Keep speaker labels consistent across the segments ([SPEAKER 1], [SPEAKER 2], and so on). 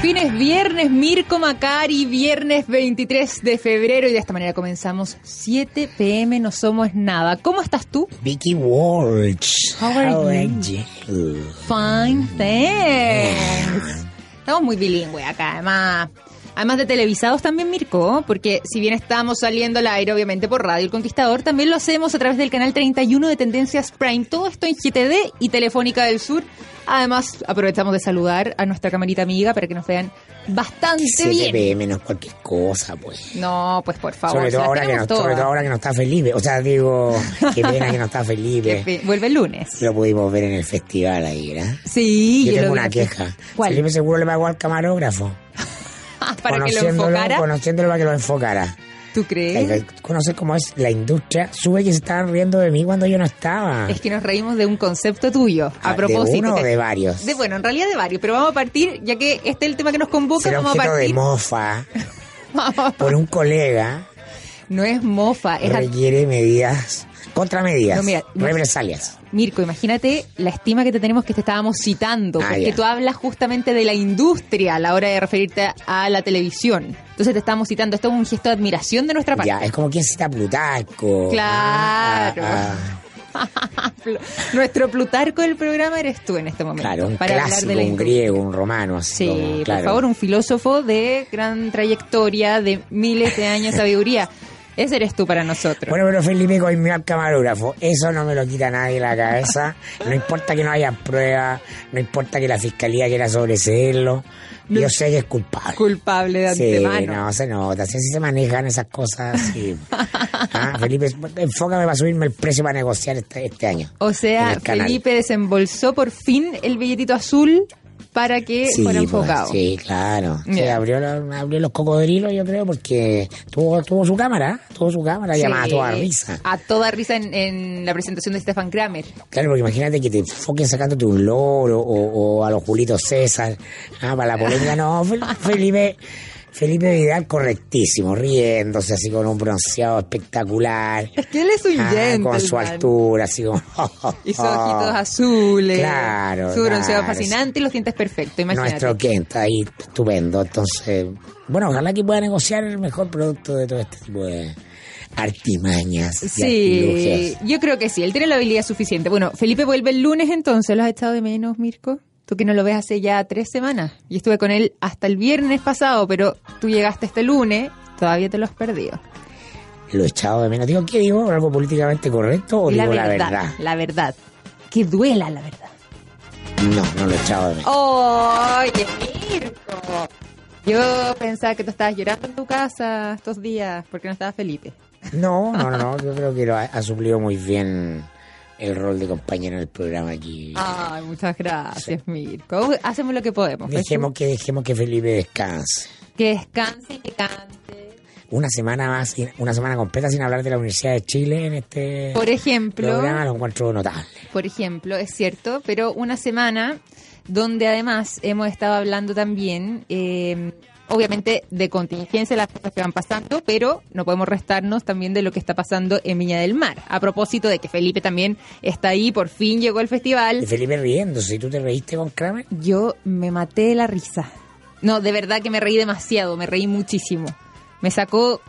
[SPEAKER 1] fin es viernes, Mirko Macari, viernes 23 de febrero y de esta manera comenzamos 7 pm, no somos nada. ¿Cómo estás tú?
[SPEAKER 2] Vicky Walsh.
[SPEAKER 1] How are
[SPEAKER 2] you?
[SPEAKER 1] Fine, thanks. Estamos muy bilingües acá, además. Además de televisados también, Mirko, porque si bien estamos saliendo al aire, obviamente, por Radio El Conquistador, también lo hacemos a través del canal 31 de Tendencias Prime. Todo esto en GTD y Telefónica del Sur. Además, aprovechamos de saludar a nuestra camarita amiga para que nos vean bastante
[SPEAKER 2] Se
[SPEAKER 1] bien.
[SPEAKER 2] ve menos cualquier cosa, pues.
[SPEAKER 1] No, pues por favor,
[SPEAKER 2] Sobre
[SPEAKER 1] se
[SPEAKER 2] todo,
[SPEAKER 1] las
[SPEAKER 2] ahora que no,
[SPEAKER 1] tenemos
[SPEAKER 2] sobre
[SPEAKER 1] todas.
[SPEAKER 2] todo ahora que no está Felipe. O sea, digo, qué pena que no está
[SPEAKER 1] Qué
[SPEAKER 2] Felipe.
[SPEAKER 1] fe- Vuelve el lunes.
[SPEAKER 2] Lo pudimos ver en el festival ahí, ¿verdad?
[SPEAKER 1] Sí,
[SPEAKER 2] Yo
[SPEAKER 1] yo lo
[SPEAKER 2] tengo
[SPEAKER 1] vi.
[SPEAKER 2] una queja.
[SPEAKER 1] ¿Cuál?
[SPEAKER 2] Felipe seguro le pagó al camarógrafo.
[SPEAKER 1] Ah, para que lo
[SPEAKER 2] Conociéndolo-
[SPEAKER 1] enfocara.
[SPEAKER 2] Conociéndolo para que lo enfocara.
[SPEAKER 1] ¿Tú crees?
[SPEAKER 2] Conocer cómo es la industria. Sube que se estaban riendo de mí cuando yo no estaba.
[SPEAKER 1] Es que nos reímos de un concepto tuyo. A
[SPEAKER 2] Ah, ¿de
[SPEAKER 1] propósito.
[SPEAKER 2] uno o
[SPEAKER 1] que-
[SPEAKER 2] de varios?
[SPEAKER 1] de- bueno, en realidad de varios, pero vamos a partir, ya que este es el tema que nos convoca,
[SPEAKER 2] Será
[SPEAKER 1] vamos a
[SPEAKER 2] objeto de
[SPEAKER 1] partir.
[SPEAKER 2] mofa por un colega
[SPEAKER 1] no es mofa, es at-
[SPEAKER 2] requiere medidas, contramedidas,
[SPEAKER 1] No, mira, no-
[SPEAKER 2] represalias.
[SPEAKER 1] Mirko, imagínate la estima que te tenemos que te estábamos citando,
[SPEAKER 2] Ah,
[SPEAKER 1] porque
[SPEAKER 2] ya.
[SPEAKER 1] tú hablas justamente de la industria a la hora de referirte a la televisión. Entonces te estamos citando, esto es un gesto de admiración de nuestra parte.
[SPEAKER 2] Ya, es como quien cita a Plutarco.
[SPEAKER 1] Claro.
[SPEAKER 2] Ah, ah,
[SPEAKER 1] Plu- Nuestro Plutarco del programa eres tú en este
[SPEAKER 2] ah,
[SPEAKER 1] momento.
[SPEAKER 2] claro, un
[SPEAKER 1] para
[SPEAKER 2] clásico,
[SPEAKER 1] hablar de la
[SPEAKER 2] un
[SPEAKER 1] industria.
[SPEAKER 2] griego, un romano, así
[SPEAKER 1] Sí,
[SPEAKER 2] como, claro.
[SPEAKER 1] por favor, un filósofo de gran trayectoria, de miles de años de sabiduría. Ese eres tú para nosotros.
[SPEAKER 2] Bueno, pero Felipe coimió al camarógrafo. Eso no me lo quita nadie de la cabeza. No importa que no haya pruebas, no importa que la fiscalía quiera sobreseerlo.
[SPEAKER 1] No.
[SPEAKER 2] Yo sé que es culpable.
[SPEAKER 1] Culpable de
[SPEAKER 2] Sí,
[SPEAKER 1] antemano.
[SPEAKER 2] no, se nota. Si así se manejan esas cosas. sí. Ah, Felipe, enfócame para subirme el precio para negociar este, este año.
[SPEAKER 1] O
[SPEAKER 2] en
[SPEAKER 1] sea,
[SPEAKER 2] el canal.
[SPEAKER 1] Felipe desembolsó por fin el billetito azul para que fuera
[SPEAKER 2] pues,
[SPEAKER 1] enfocado.
[SPEAKER 2] sí, claro. Sí,
[SPEAKER 1] Eh, Ya.
[SPEAKER 2] abrió, la- abrió los cocodrilos, yo creo, porque tuvo, tuvo su cámara, tuvo su cámara
[SPEAKER 1] Sí,
[SPEAKER 2] llamada a toda risa.
[SPEAKER 1] A toda risa en, en la presentación de Stefan Kramer.
[SPEAKER 2] Claro, porque imagínate que te enfoquen sacándote un loro o, o a los Julitos César, ah, para la polémica. No, Fel- Felipe, Felipe Vidal correctísimo, riéndose así con un bronceado espectacular.
[SPEAKER 1] Es que él es un
[SPEAKER 2] ah, con su
[SPEAKER 1] gentleman.
[SPEAKER 2] altura, así como...
[SPEAKER 1] Y sus ojitos azules.
[SPEAKER 2] Ah, Claro,
[SPEAKER 1] Su bronceado
[SPEAKER 2] claro,
[SPEAKER 1] fascinante y los dientes perfectos. Imagínate.
[SPEAKER 2] Nuestro Kent, ahí estupendo. Entonces, bueno, ojalá que pueda negociar el mejor producto de todo este tipo de artimañas. y
[SPEAKER 1] Sí,
[SPEAKER 2] artilugios.
[SPEAKER 1] yo creo que sí, él tiene la habilidad suficiente. Bueno, Felipe vuelve el lunes entonces, ¿lo has echado de menos, Mirko? Tú que no lo ves hace ya tres semanas. Yo estuve con él hasta el viernes pasado, pero tú llegaste este lunes, todavía te lo has perdido.
[SPEAKER 2] Lo he echado de menos. Digo, ¿qué digo? ¿Algo políticamente correcto o
[SPEAKER 1] Y
[SPEAKER 2] Oh, digo la verdad?
[SPEAKER 1] la verdad. Que duela la verdad.
[SPEAKER 2] No, no lo he echado de menos.
[SPEAKER 1] Oye, Mirko. Yo pensaba que tú estabas llorando en tu casa estos días porque no estaba Felipe.
[SPEAKER 2] No, no, no, no. Yo creo que lo ha, ha suplido muy bien el rol de compañero en el programa aquí.
[SPEAKER 1] Ay, muchas gracias, Mirko. Hacemos lo que podemos. pues,
[SPEAKER 2] dejemos, que, dejemos que Felipe descanse.
[SPEAKER 1] Que descanse y que cante.
[SPEAKER 2] Una semana más, sin- una semana completa sin hablar de la Universidad de Chile en este
[SPEAKER 1] Por ejemplo,
[SPEAKER 2] programa lo encuentro notable.
[SPEAKER 1] por ejemplo, es cierto, pero una semana donde además hemos estado hablando también, eh, obviamente, de contingencia, las cosas que van pasando, pero no podemos restarnos también de lo que está pasando en Viña del Mar. A propósito de que Felipe también está ahí, por fin llegó al
[SPEAKER 2] Y
[SPEAKER 1] festival.
[SPEAKER 2] Felipe riéndose, ¿y tú te reíste con Kramer?
[SPEAKER 1] Yo me maté de la risa. No, de verdad que me reí demasiado, me reí muchísimo. Me sacó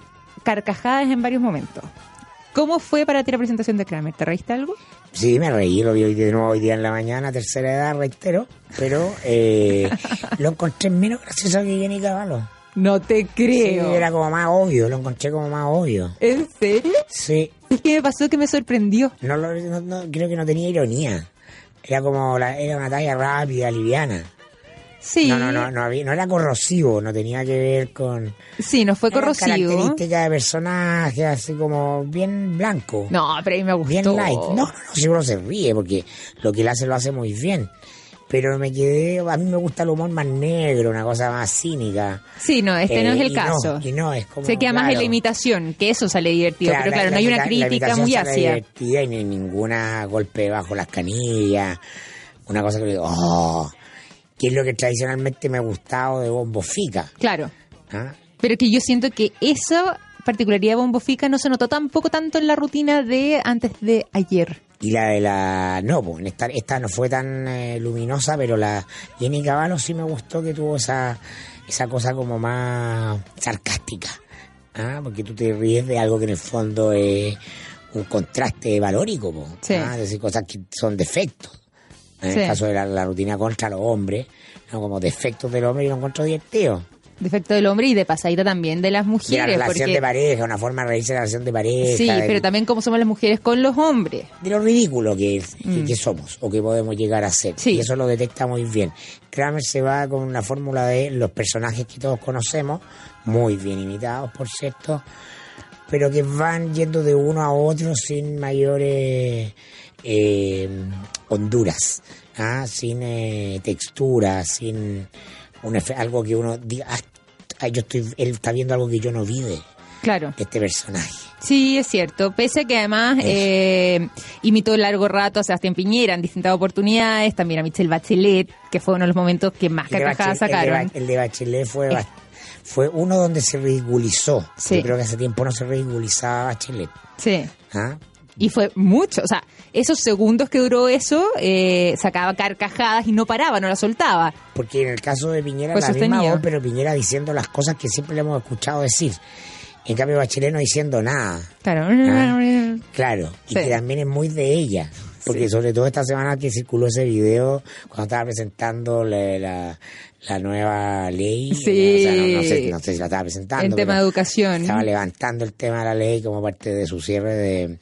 [SPEAKER 1] carcajadas en varios momentos. ¿Cómo fue para ti la presentación de Kramer? ¿Te reíste algo?
[SPEAKER 2] Sí, me reí, lo vi hoy de nuevo hoy día en la mañana, tercera edad, reitero, pero eh, lo encontré menos gracioso que Jenny Cavallo.
[SPEAKER 1] No te creo.
[SPEAKER 2] Sí, era como más obvio, lo encontré como más obvio.
[SPEAKER 1] ¿En serio?
[SPEAKER 2] Sí,
[SPEAKER 1] Es que me pasó que me sorprendió.
[SPEAKER 2] no, lo- no- no- creo que no tenía ironía. Era como, la- era una talla rápida, liviana.
[SPEAKER 1] Sí.
[SPEAKER 2] No, no, no, no, había- no era corrosivo, no tenía que ver con...
[SPEAKER 1] Sí, no fue
[SPEAKER 2] Era
[SPEAKER 1] corrosivo.
[SPEAKER 2] Característica de personaje, así como bien blanco.
[SPEAKER 1] No, pero a mí me gustó.
[SPEAKER 2] Bien light. No, no, no, si uno se ríe, porque lo que él hace lo hace muy bien. Pero me quedé, a mí me gusta el humor más negro, una cosa más cínica.
[SPEAKER 1] Sí, no, este no
[SPEAKER 2] Eh,
[SPEAKER 1] es el
[SPEAKER 2] y
[SPEAKER 1] caso.
[SPEAKER 2] y no, es como,
[SPEAKER 1] Se queda más en la
[SPEAKER 2] claro,
[SPEAKER 1] imitación, que eso sale divertido. pero claro,
[SPEAKER 2] la-
[SPEAKER 1] no hay una
[SPEAKER 2] la- la
[SPEAKER 1] crítica
[SPEAKER 2] imitación
[SPEAKER 1] muy
[SPEAKER 2] sale
[SPEAKER 1] ácida.
[SPEAKER 2] divertida y ni ninguna golpe bajo las canillas. Una cosa que digo, oh, que es lo que tradicionalmente me ha gustado de Bombo Fica.
[SPEAKER 1] Claro.
[SPEAKER 2] ¿ah?
[SPEAKER 1] Pero que yo siento que esa particularidad de Bombo Fica no se notó tampoco tanto en la rutina de antes de ayer.
[SPEAKER 2] Y la de la. No, pues, esta, esta no fue tan eh, luminosa, pero la Jenny Caballo sí me gustó que tuvo esa, esa cosa como más sarcástica. ¿ah? Porque tú te ríes de algo que en el fondo es un contraste valórico, po,
[SPEAKER 1] Sí.
[SPEAKER 2] ¿ah? es decir, cosas que son defectos. En
[SPEAKER 1] Sí.
[SPEAKER 2] el caso de la, la rutina contra los hombres, ¿no? como defectos del hombre, yo lo encuentro divertido.
[SPEAKER 1] Defecto del hombre y de pasadita también de las
[SPEAKER 2] De la
[SPEAKER 1] mujeres.
[SPEAKER 2] relación
[SPEAKER 1] porque-
[SPEAKER 2] de pareja, una forma de reírse de la relación de pareja.
[SPEAKER 1] sí,
[SPEAKER 2] del-
[SPEAKER 1] pero también cómo somos las mujeres con los hombres.
[SPEAKER 2] de lo ridículo que, es- que-
[SPEAKER 1] Mm.
[SPEAKER 2] que somos o que podemos llegar a ser.
[SPEAKER 1] Sí.
[SPEAKER 2] Y eso lo detecta muy bien. Kramer se va con una fórmula de los personajes que todos conocemos, muy bien imitados, por cierto, pero que van yendo de uno a otro sin mayores eh, honduras, ¿ah? sin eh, textura, sin un efe- algo que uno diga, "Ah, ah, yo estoy, él está viendo algo que yo no vi de
[SPEAKER 1] Claro.
[SPEAKER 2] este personaje.
[SPEAKER 1] Sí, es cierto. Pese a que además eh, imitó largo rato a Sebastián Piñera en distintas oportunidades, también a Michelle Bachelet, que fue uno de los momentos que más
[SPEAKER 2] El de
[SPEAKER 1] carcajadas
[SPEAKER 2] Bachelet- el de Ba-
[SPEAKER 1] sacaron.
[SPEAKER 2] El de Bachelet fue, ba- fue uno donde se ridiculizó.
[SPEAKER 1] Sí.
[SPEAKER 2] Yo creo que hace tiempo no se ridiculizaba Bachelet.
[SPEAKER 1] Sí.
[SPEAKER 2] ¿ah?
[SPEAKER 1] Y fue mucho. O sea, esos segundos que duró eso, eh, sacaba carcajadas y no paraba, no la soltaba.
[SPEAKER 2] Porque en el caso de Piñera,
[SPEAKER 1] Pues
[SPEAKER 2] la misma
[SPEAKER 1] sostenía.
[SPEAKER 2] voz, pero Piñera diciendo las cosas que siempre le hemos escuchado decir. En cambio, Bachelet no diciendo nada.
[SPEAKER 1] Claro.
[SPEAKER 2] Ah. Claro,
[SPEAKER 1] Sí.
[SPEAKER 2] y que también es muy de ella, porque sobre todo esta semana que circuló ese video cuando estaba presentando la, la, la nueva ley, eh,
[SPEAKER 1] Sí.
[SPEAKER 2] o sea, no, no sé, no sé si la estaba presentando.
[SPEAKER 1] En tema
[SPEAKER 2] pero
[SPEAKER 1] de educación.
[SPEAKER 2] Estaba levantando el tema de la ley como parte de su cierre de,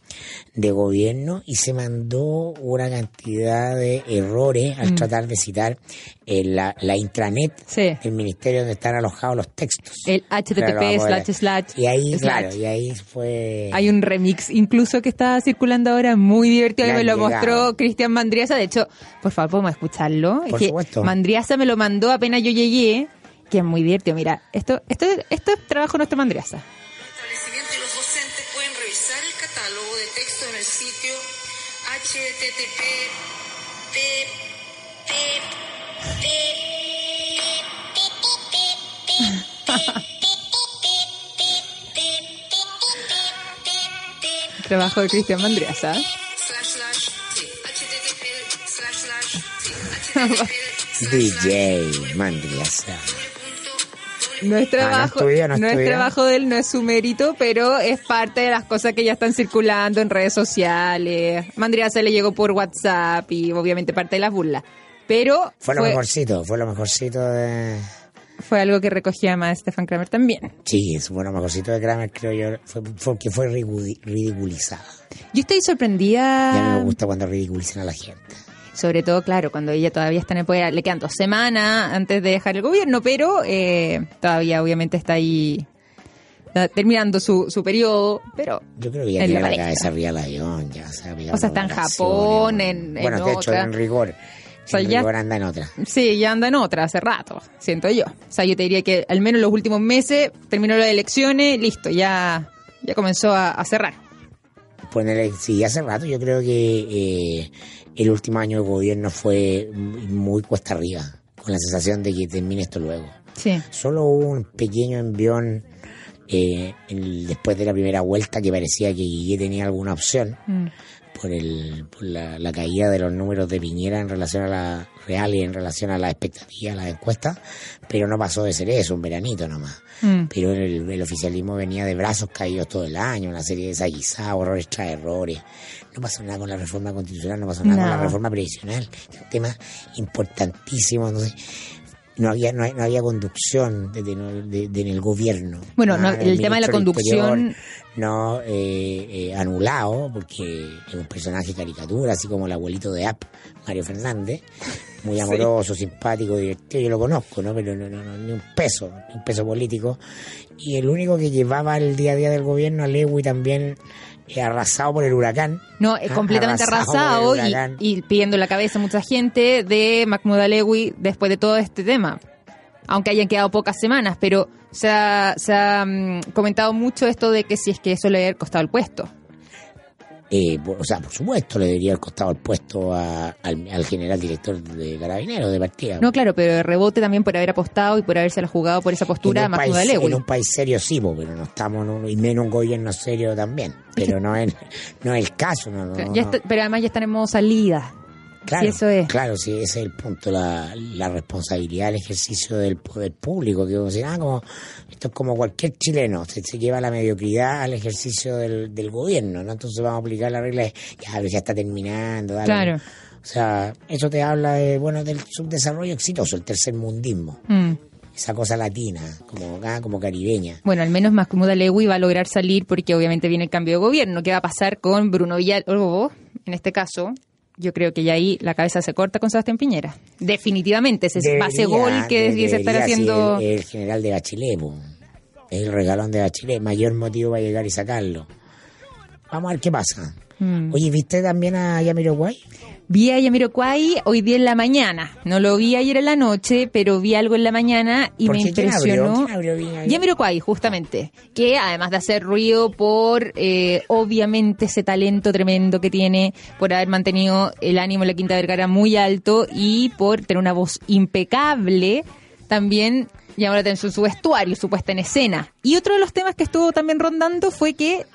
[SPEAKER 2] de gobierno y se mandó una cantidad de errores al tratar de citar eh, la, la intranet
[SPEAKER 1] Mm. Sí.
[SPEAKER 2] del ministerio donde están alojados los textos.
[SPEAKER 1] El HTTP
[SPEAKER 2] Claro,
[SPEAKER 1] slash slash.
[SPEAKER 2] y ahí,
[SPEAKER 1] slash.
[SPEAKER 2] claro, y ahí fue...
[SPEAKER 1] Hay un remix incluso que está circulando ahora muy divertido. y
[SPEAKER 2] Le
[SPEAKER 1] Me
[SPEAKER 2] han
[SPEAKER 1] lo
[SPEAKER 2] llegado.
[SPEAKER 1] mostró Cristian Mandriaza. De hecho, por favor, podemos escucharlo. Es
[SPEAKER 2] Por
[SPEAKER 1] que
[SPEAKER 2] supuesto.
[SPEAKER 1] Mandriaza me lo mandó apenas yo llegué, que es muy divertido. Mira, esto, esto, esto es trabajo nuestro Mandriaza.
[SPEAKER 3] establecimiento y los docentes pueden revisar el catálogo de texto en el sitio http eh, p- p-
[SPEAKER 1] Trabajo de Cristian Mandriaza.
[SPEAKER 3] slash slash sí, http slash slash sí, http
[SPEAKER 2] DJ Mandriaza.
[SPEAKER 1] No es
[SPEAKER 2] Ah, no
[SPEAKER 1] trabajo,
[SPEAKER 2] es tuyo, no es
[SPEAKER 1] es
[SPEAKER 2] tuyo.
[SPEAKER 1] trabajo de él, no es su mérito, pero es parte de las cosas que ya están circulando en redes sociales. Mandriaza le llegó por WhatsApp y obviamente parte de las burlas. Pero
[SPEAKER 2] Fue lo mejorcito, fue lo mejorcito de...
[SPEAKER 1] fue algo que recogía más Stefan Kramer también.
[SPEAKER 2] Sí, fue lo mejorcito de Kramer, creo yo, fue porque fue rigu- ridiculizada.
[SPEAKER 1] Yo estoy
[SPEAKER 2] Ya no
[SPEAKER 1] sorprendida,
[SPEAKER 2] me gusta cuando ridiculizan a la gente.
[SPEAKER 1] sobre todo, claro, cuando ella todavía está en el poder. Le quedan dos semanas antes de dejar el gobierno, pero eh, todavía obviamente está ahí está terminando su, su periodo, pero...
[SPEAKER 2] Yo creo que ya
[SPEAKER 1] En
[SPEAKER 2] tiene
[SPEAKER 1] la
[SPEAKER 2] la,
[SPEAKER 1] palestra.
[SPEAKER 2] cabeza arriba del avión, ya se ha pillado
[SPEAKER 1] O sea, está en
[SPEAKER 2] una relación,
[SPEAKER 1] Japón,
[SPEAKER 2] ¿no?
[SPEAKER 1] en- en
[SPEAKER 2] Bueno, de hecho,
[SPEAKER 1] otra.
[SPEAKER 2] en rigor.
[SPEAKER 1] sea,
[SPEAKER 2] en
[SPEAKER 1] ya-
[SPEAKER 2] rigor anda en otra.
[SPEAKER 1] Sí, ya anda en otra hace rato, siento yo. O sea, yo te diría que al menos los últimos meses terminó las elecciones, listo, ya, ya comenzó a, a cerrar.
[SPEAKER 2] Ponele, sí, hace rato yo creo que eh, el último año de gobierno fue muy muy cuesta arriba, con la sensación de que termine esto luego.
[SPEAKER 1] Sí.
[SPEAKER 2] Solo hubo un pequeño envión eh, el- después de la primera vuelta que parecía que Guille tenía alguna opción
[SPEAKER 1] Mm.
[SPEAKER 2] por, el, por la, la caída de los números de Piñera en relación a la real y en relación a las expectativas, a las encuestas, pero no pasó de ser eso, un veranito nomás.
[SPEAKER 1] Mm.
[SPEAKER 2] Pero el, el oficialismo venía de brazos caídos todo el año, una serie de desaguisados, errores tras errores. No pasó nada con la reforma constitucional, no pasó nada con
[SPEAKER 1] No.
[SPEAKER 2] la reforma previsional. Es un tema importantísimo. Entonces, no había, no, hay- no había conducción de- de- de- de- en el gobierno.
[SPEAKER 1] Bueno, no,
[SPEAKER 2] Ah,
[SPEAKER 1] el tema de la
[SPEAKER 2] ministro del
[SPEAKER 1] conducción-
[SPEAKER 2] Interior no eh, eh, anulado, porque es un personaje caricatura, así como el abuelito de App, Mario Fernández. Muy amoroso, simpático, divertido, yo lo conozco, ¿no? Pero no, no, no, ni un peso, ni un peso político. Y el único que llevaba el día a día del gobierno, a Lewy también eh, arrasado por el huracán.
[SPEAKER 1] No, eh,
[SPEAKER 2] Ah,
[SPEAKER 1] completamente
[SPEAKER 2] arrasado
[SPEAKER 1] arrasado,
[SPEAKER 2] por el huracán.
[SPEAKER 1] y, y pidiendo la cabeza a mucha gente de Mahmoud Alewi después de todo este tema. Aunque hayan quedado pocas semanas, pero se ha, se ha, mm, comentado mucho esto de que si es que eso le había costado el puesto.
[SPEAKER 2] eh, por- o sea, por supuesto, le debería haber costado el puesto a- al, al general director de Carabineros de partida.
[SPEAKER 1] No, claro, pero el rebote también por haber apostado y por habérsela jugado por esa postura
[SPEAKER 2] en
[SPEAKER 1] a
[SPEAKER 2] un,
[SPEAKER 1] Máximo de
[SPEAKER 2] país, en
[SPEAKER 1] Lewin.
[SPEAKER 2] un país serio sí, po, pero no estamos, en un- y menos un gobierno serio también. Pero no es, no es el caso. No, no,
[SPEAKER 1] Ya
[SPEAKER 2] no.
[SPEAKER 1] está- pero además ya están en modo salida.
[SPEAKER 2] Claro,
[SPEAKER 1] sí, eso es.
[SPEAKER 2] Claro, sí, ese es el punto, la, la responsabilidad del ejercicio del poder público, que uno dice, ah, como, esto es como cualquier chileno, se, se lleva la mediocridad al ejercicio del, del gobierno, ¿no? Entonces vamos a aplicar la regla de, ya, pero ya está terminando, dale".
[SPEAKER 1] Claro.
[SPEAKER 2] O sea, eso te habla de, bueno, del subdesarrollo exitoso, el tercer mundismo,
[SPEAKER 1] Mm.
[SPEAKER 2] esa cosa latina, como acá, como caribeña.
[SPEAKER 1] Bueno, al menos Máximo de Lewin va a lograr salir porque obviamente viene el cambio de gobierno. ¿Qué va a pasar con Bruno Villalobos? En este caso, yo creo que ya ahí la cabeza se corta con Sebastián Piñera. Definitivamente, ese
[SPEAKER 2] Debería,
[SPEAKER 1] pase gol que debiese estar
[SPEAKER 2] debería, sí,
[SPEAKER 1] haciendo...
[SPEAKER 2] el, el general de Bachelet, po. Es el regalón de Bachelet, mayor motivo para llegar y sacarlo. Vamos a ver qué pasa.
[SPEAKER 1] Mm.
[SPEAKER 2] Oye, ¿viste también a Yamiroguay?
[SPEAKER 1] Vi a Yamiroquai hoy día en la mañana. No lo vi ayer en la noche, pero vi algo en la mañana y
[SPEAKER 2] ¿Por
[SPEAKER 1] me
[SPEAKER 2] qué? ¿Quién abrió?
[SPEAKER 1] impresionó.
[SPEAKER 2] ¿Quién abrió Viña Viña?
[SPEAKER 1] Yamiroquai, justamente, que además de hacer ruido por eh, obviamente ese talento tremendo que tiene, por haber mantenido el ánimo en la Quinta Vergara muy alto y por tener una voz impecable, también llamó la atención su vestuario, su puesta en escena. Y otro de los temas que estuvo también rondando fue que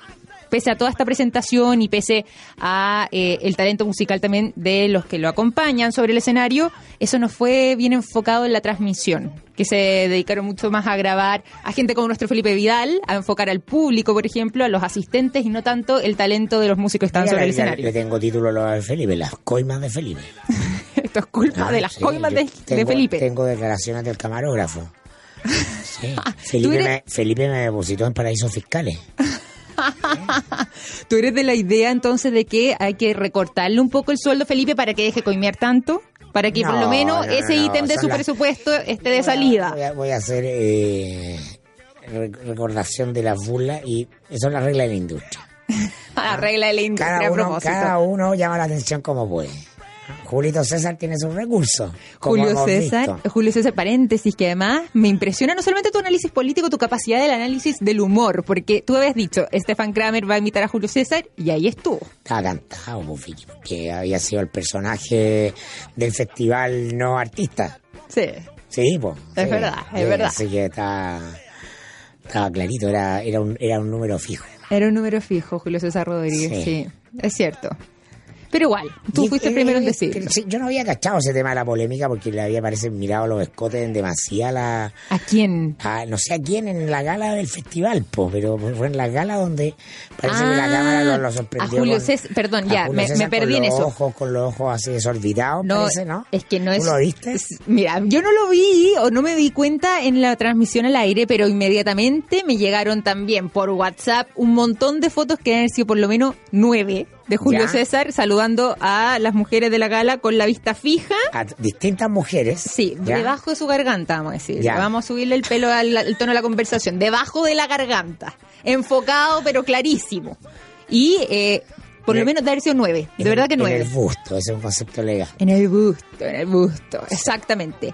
[SPEAKER 1] pese a toda esta presentación y pese a eh, el talento musical también de los que lo acompañan sobre el escenario, eso no fue bien enfocado en la transmisión, que se dedicaron mucho más a grabar a gente como nuestro Felipe Vidal, a enfocar al público, por ejemplo, a los asistentes y no tanto el talento de los músicos que estaban
[SPEAKER 2] Mira,
[SPEAKER 1] sobre el
[SPEAKER 2] le- Le
[SPEAKER 1] escenario.
[SPEAKER 2] tengo título a lo de Felipe, las coimas de Felipe.
[SPEAKER 1] Esto es culpa
[SPEAKER 2] Ah,
[SPEAKER 1] de las
[SPEAKER 2] sí,
[SPEAKER 1] coimas
[SPEAKER 2] yo
[SPEAKER 1] de, de
[SPEAKER 2] tengo-
[SPEAKER 1] Felipe.
[SPEAKER 2] Tengo declaraciones del camarógrafo. Sí.
[SPEAKER 1] Tú
[SPEAKER 2] Felipe,
[SPEAKER 1] eres-
[SPEAKER 2] me, Felipe me depositó en paraísos fiscales.
[SPEAKER 1] ¿Tú eres de la idea entonces de que hay que recortarle un poco el sueldo a Felipe para que deje de coimear tanto? Para que por
[SPEAKER 2] No,
[SPEAKER 1] lo menos
[SPEAKER 2] no,
[SPEAKER 1] ese
[SPEAKER 2] no,
[SPEAKER 1] ítem de
[SPEAKER 2] son
[SPEAKER 1] su
[SPEAKER 2] las-
[SPEAKER 1] presupuesto esté de
[SPEAKER 2] Voy a-
[SPEAKER 1] salida.
[SPEAKER 2] Voy a, voy a hacer eh, re- recordación de las burlas y eso es la regla de la industria.
[SPEAKER 1] A la Ah, regla de la industria
[SPEAKER 2] Cada
[SPEAKER 1] a
[SPEAKER 2] uno,
[SPEAKER 1] propósito.
[SPEAKER 2] cada uno llama la atención como puede. Julito César tiene sus recursos. como
[SPEAKER 1] Julio
[SPEAKER 2] hemos
[SPEAKER 1] César,
[SPEAKER 2] visto.
[SPEAKER 1] Julio César, paréntesis, que además me impresiona no solamente tu análisis político, tu capacidad del análisis del humor, porque tú habías dicho, Stefan Kramer va a imitar a Julio César y ahí estuvo.
[SPEAKER 2] Estaba cantado, pues, po, Vicky, porque había sido el personaje del festival no artista.
[SPEAKER 1] Sí.
[SPEAKER 2] Sí, po,
[SPEAKER 1] Es
[SPEAKER 2] sí,
[SPEAKER 1] verdad, es
[SPEAKER 2] sí,
[SPEAKER 1] verdad.
[SPEAKER 2] Así que estaba, estaba clarito, era, era, un, era un número fijo.
[SPEAKER 1] Era un número fijo, Julio César Rodríguez, sí.
[SPEAKER 2] Sí.
[SPEAKER 1] Es cierto. Pero igual, tú
[SPEAKER 2] Y-
[SPEAKER 1] fuiste el
[SPEAKER 2] eh,
[SPEAKER 1] primero en
[SPEAKER 2] eh,
[SPEAKER 1] decirlo.
[SPEAKER 2] sí, yo no había cachado ese tema de la polémica porque le había, parece, mirado los escotes en demasiada...
[SPEAKER 1] ¿A quién?
[SPEAKER 2] a Ah, no sé a quién en la gala del festival, po, pero pues, fue en la gala donde parece que
[SPEAKER 1] Ah,
[SPEAKER 2] la cámara lo, lo sorprendió.
[SPEAKER 1] a Julio
[SPEAKER 2] con-
[SPEAKER 1] Cés- perdón,
[SPEAKER 2] a
[SPEAKER 1] ya,
[SPEAKER 2] Julio
[SPEAKER 1] me- me
[SPEAKER 2] César
[SPEAKER 1] perdí en
[SPEAKER 2] con los
[SPEAKER 1] eso.
[SPEAKER 2] Ojos, con los ojos así desorbitados,
[SPEAKER 1] No,
[SPEAKER 2] parece, ¿no?
[SPEAKER 1] es que no
[SPEAKER 2] ¿Tú
[SPEAKER 1] es.
[SPEAKER 2] lo viste?
[SPEAKER 1] es- mira, yo no lo vi o no me di cuenta en la transmisión al aire, pero inmediatamente me llegaron también por WhatsApp un montón de fotos que han sido por lo menos nueve de Julio
[SPEAKER 2] Ya.
[SPEAKER 1] César saludando a las mujeres de la gala con la vista fija.
[SPEAKER 2] A distintas mujeres.
[SPEAKER 1] Sí,
[SPEAKER 2] ¿ya?
[SPEAKER 1] debajo de su garganta, vamos a decir.
[SPEAKER 2] Ya.
[SPEAKER 1] Vamos a subirle el pelo al, al tono de la conversación. Debajo de la garganta. Enfocado, pero clarísimo. Y eh, por lo
[SPEAKER 2] En-
[SPEAKER 1] menos de haber sido nueve. De
[SPEAKER 2] En-
[SPEAKER 1] verdad que nueve.
[SPEAKER 2] En el busto, ese es un concepto legal.
[SPEAKER 1] En el busto, en el busto, exactamente.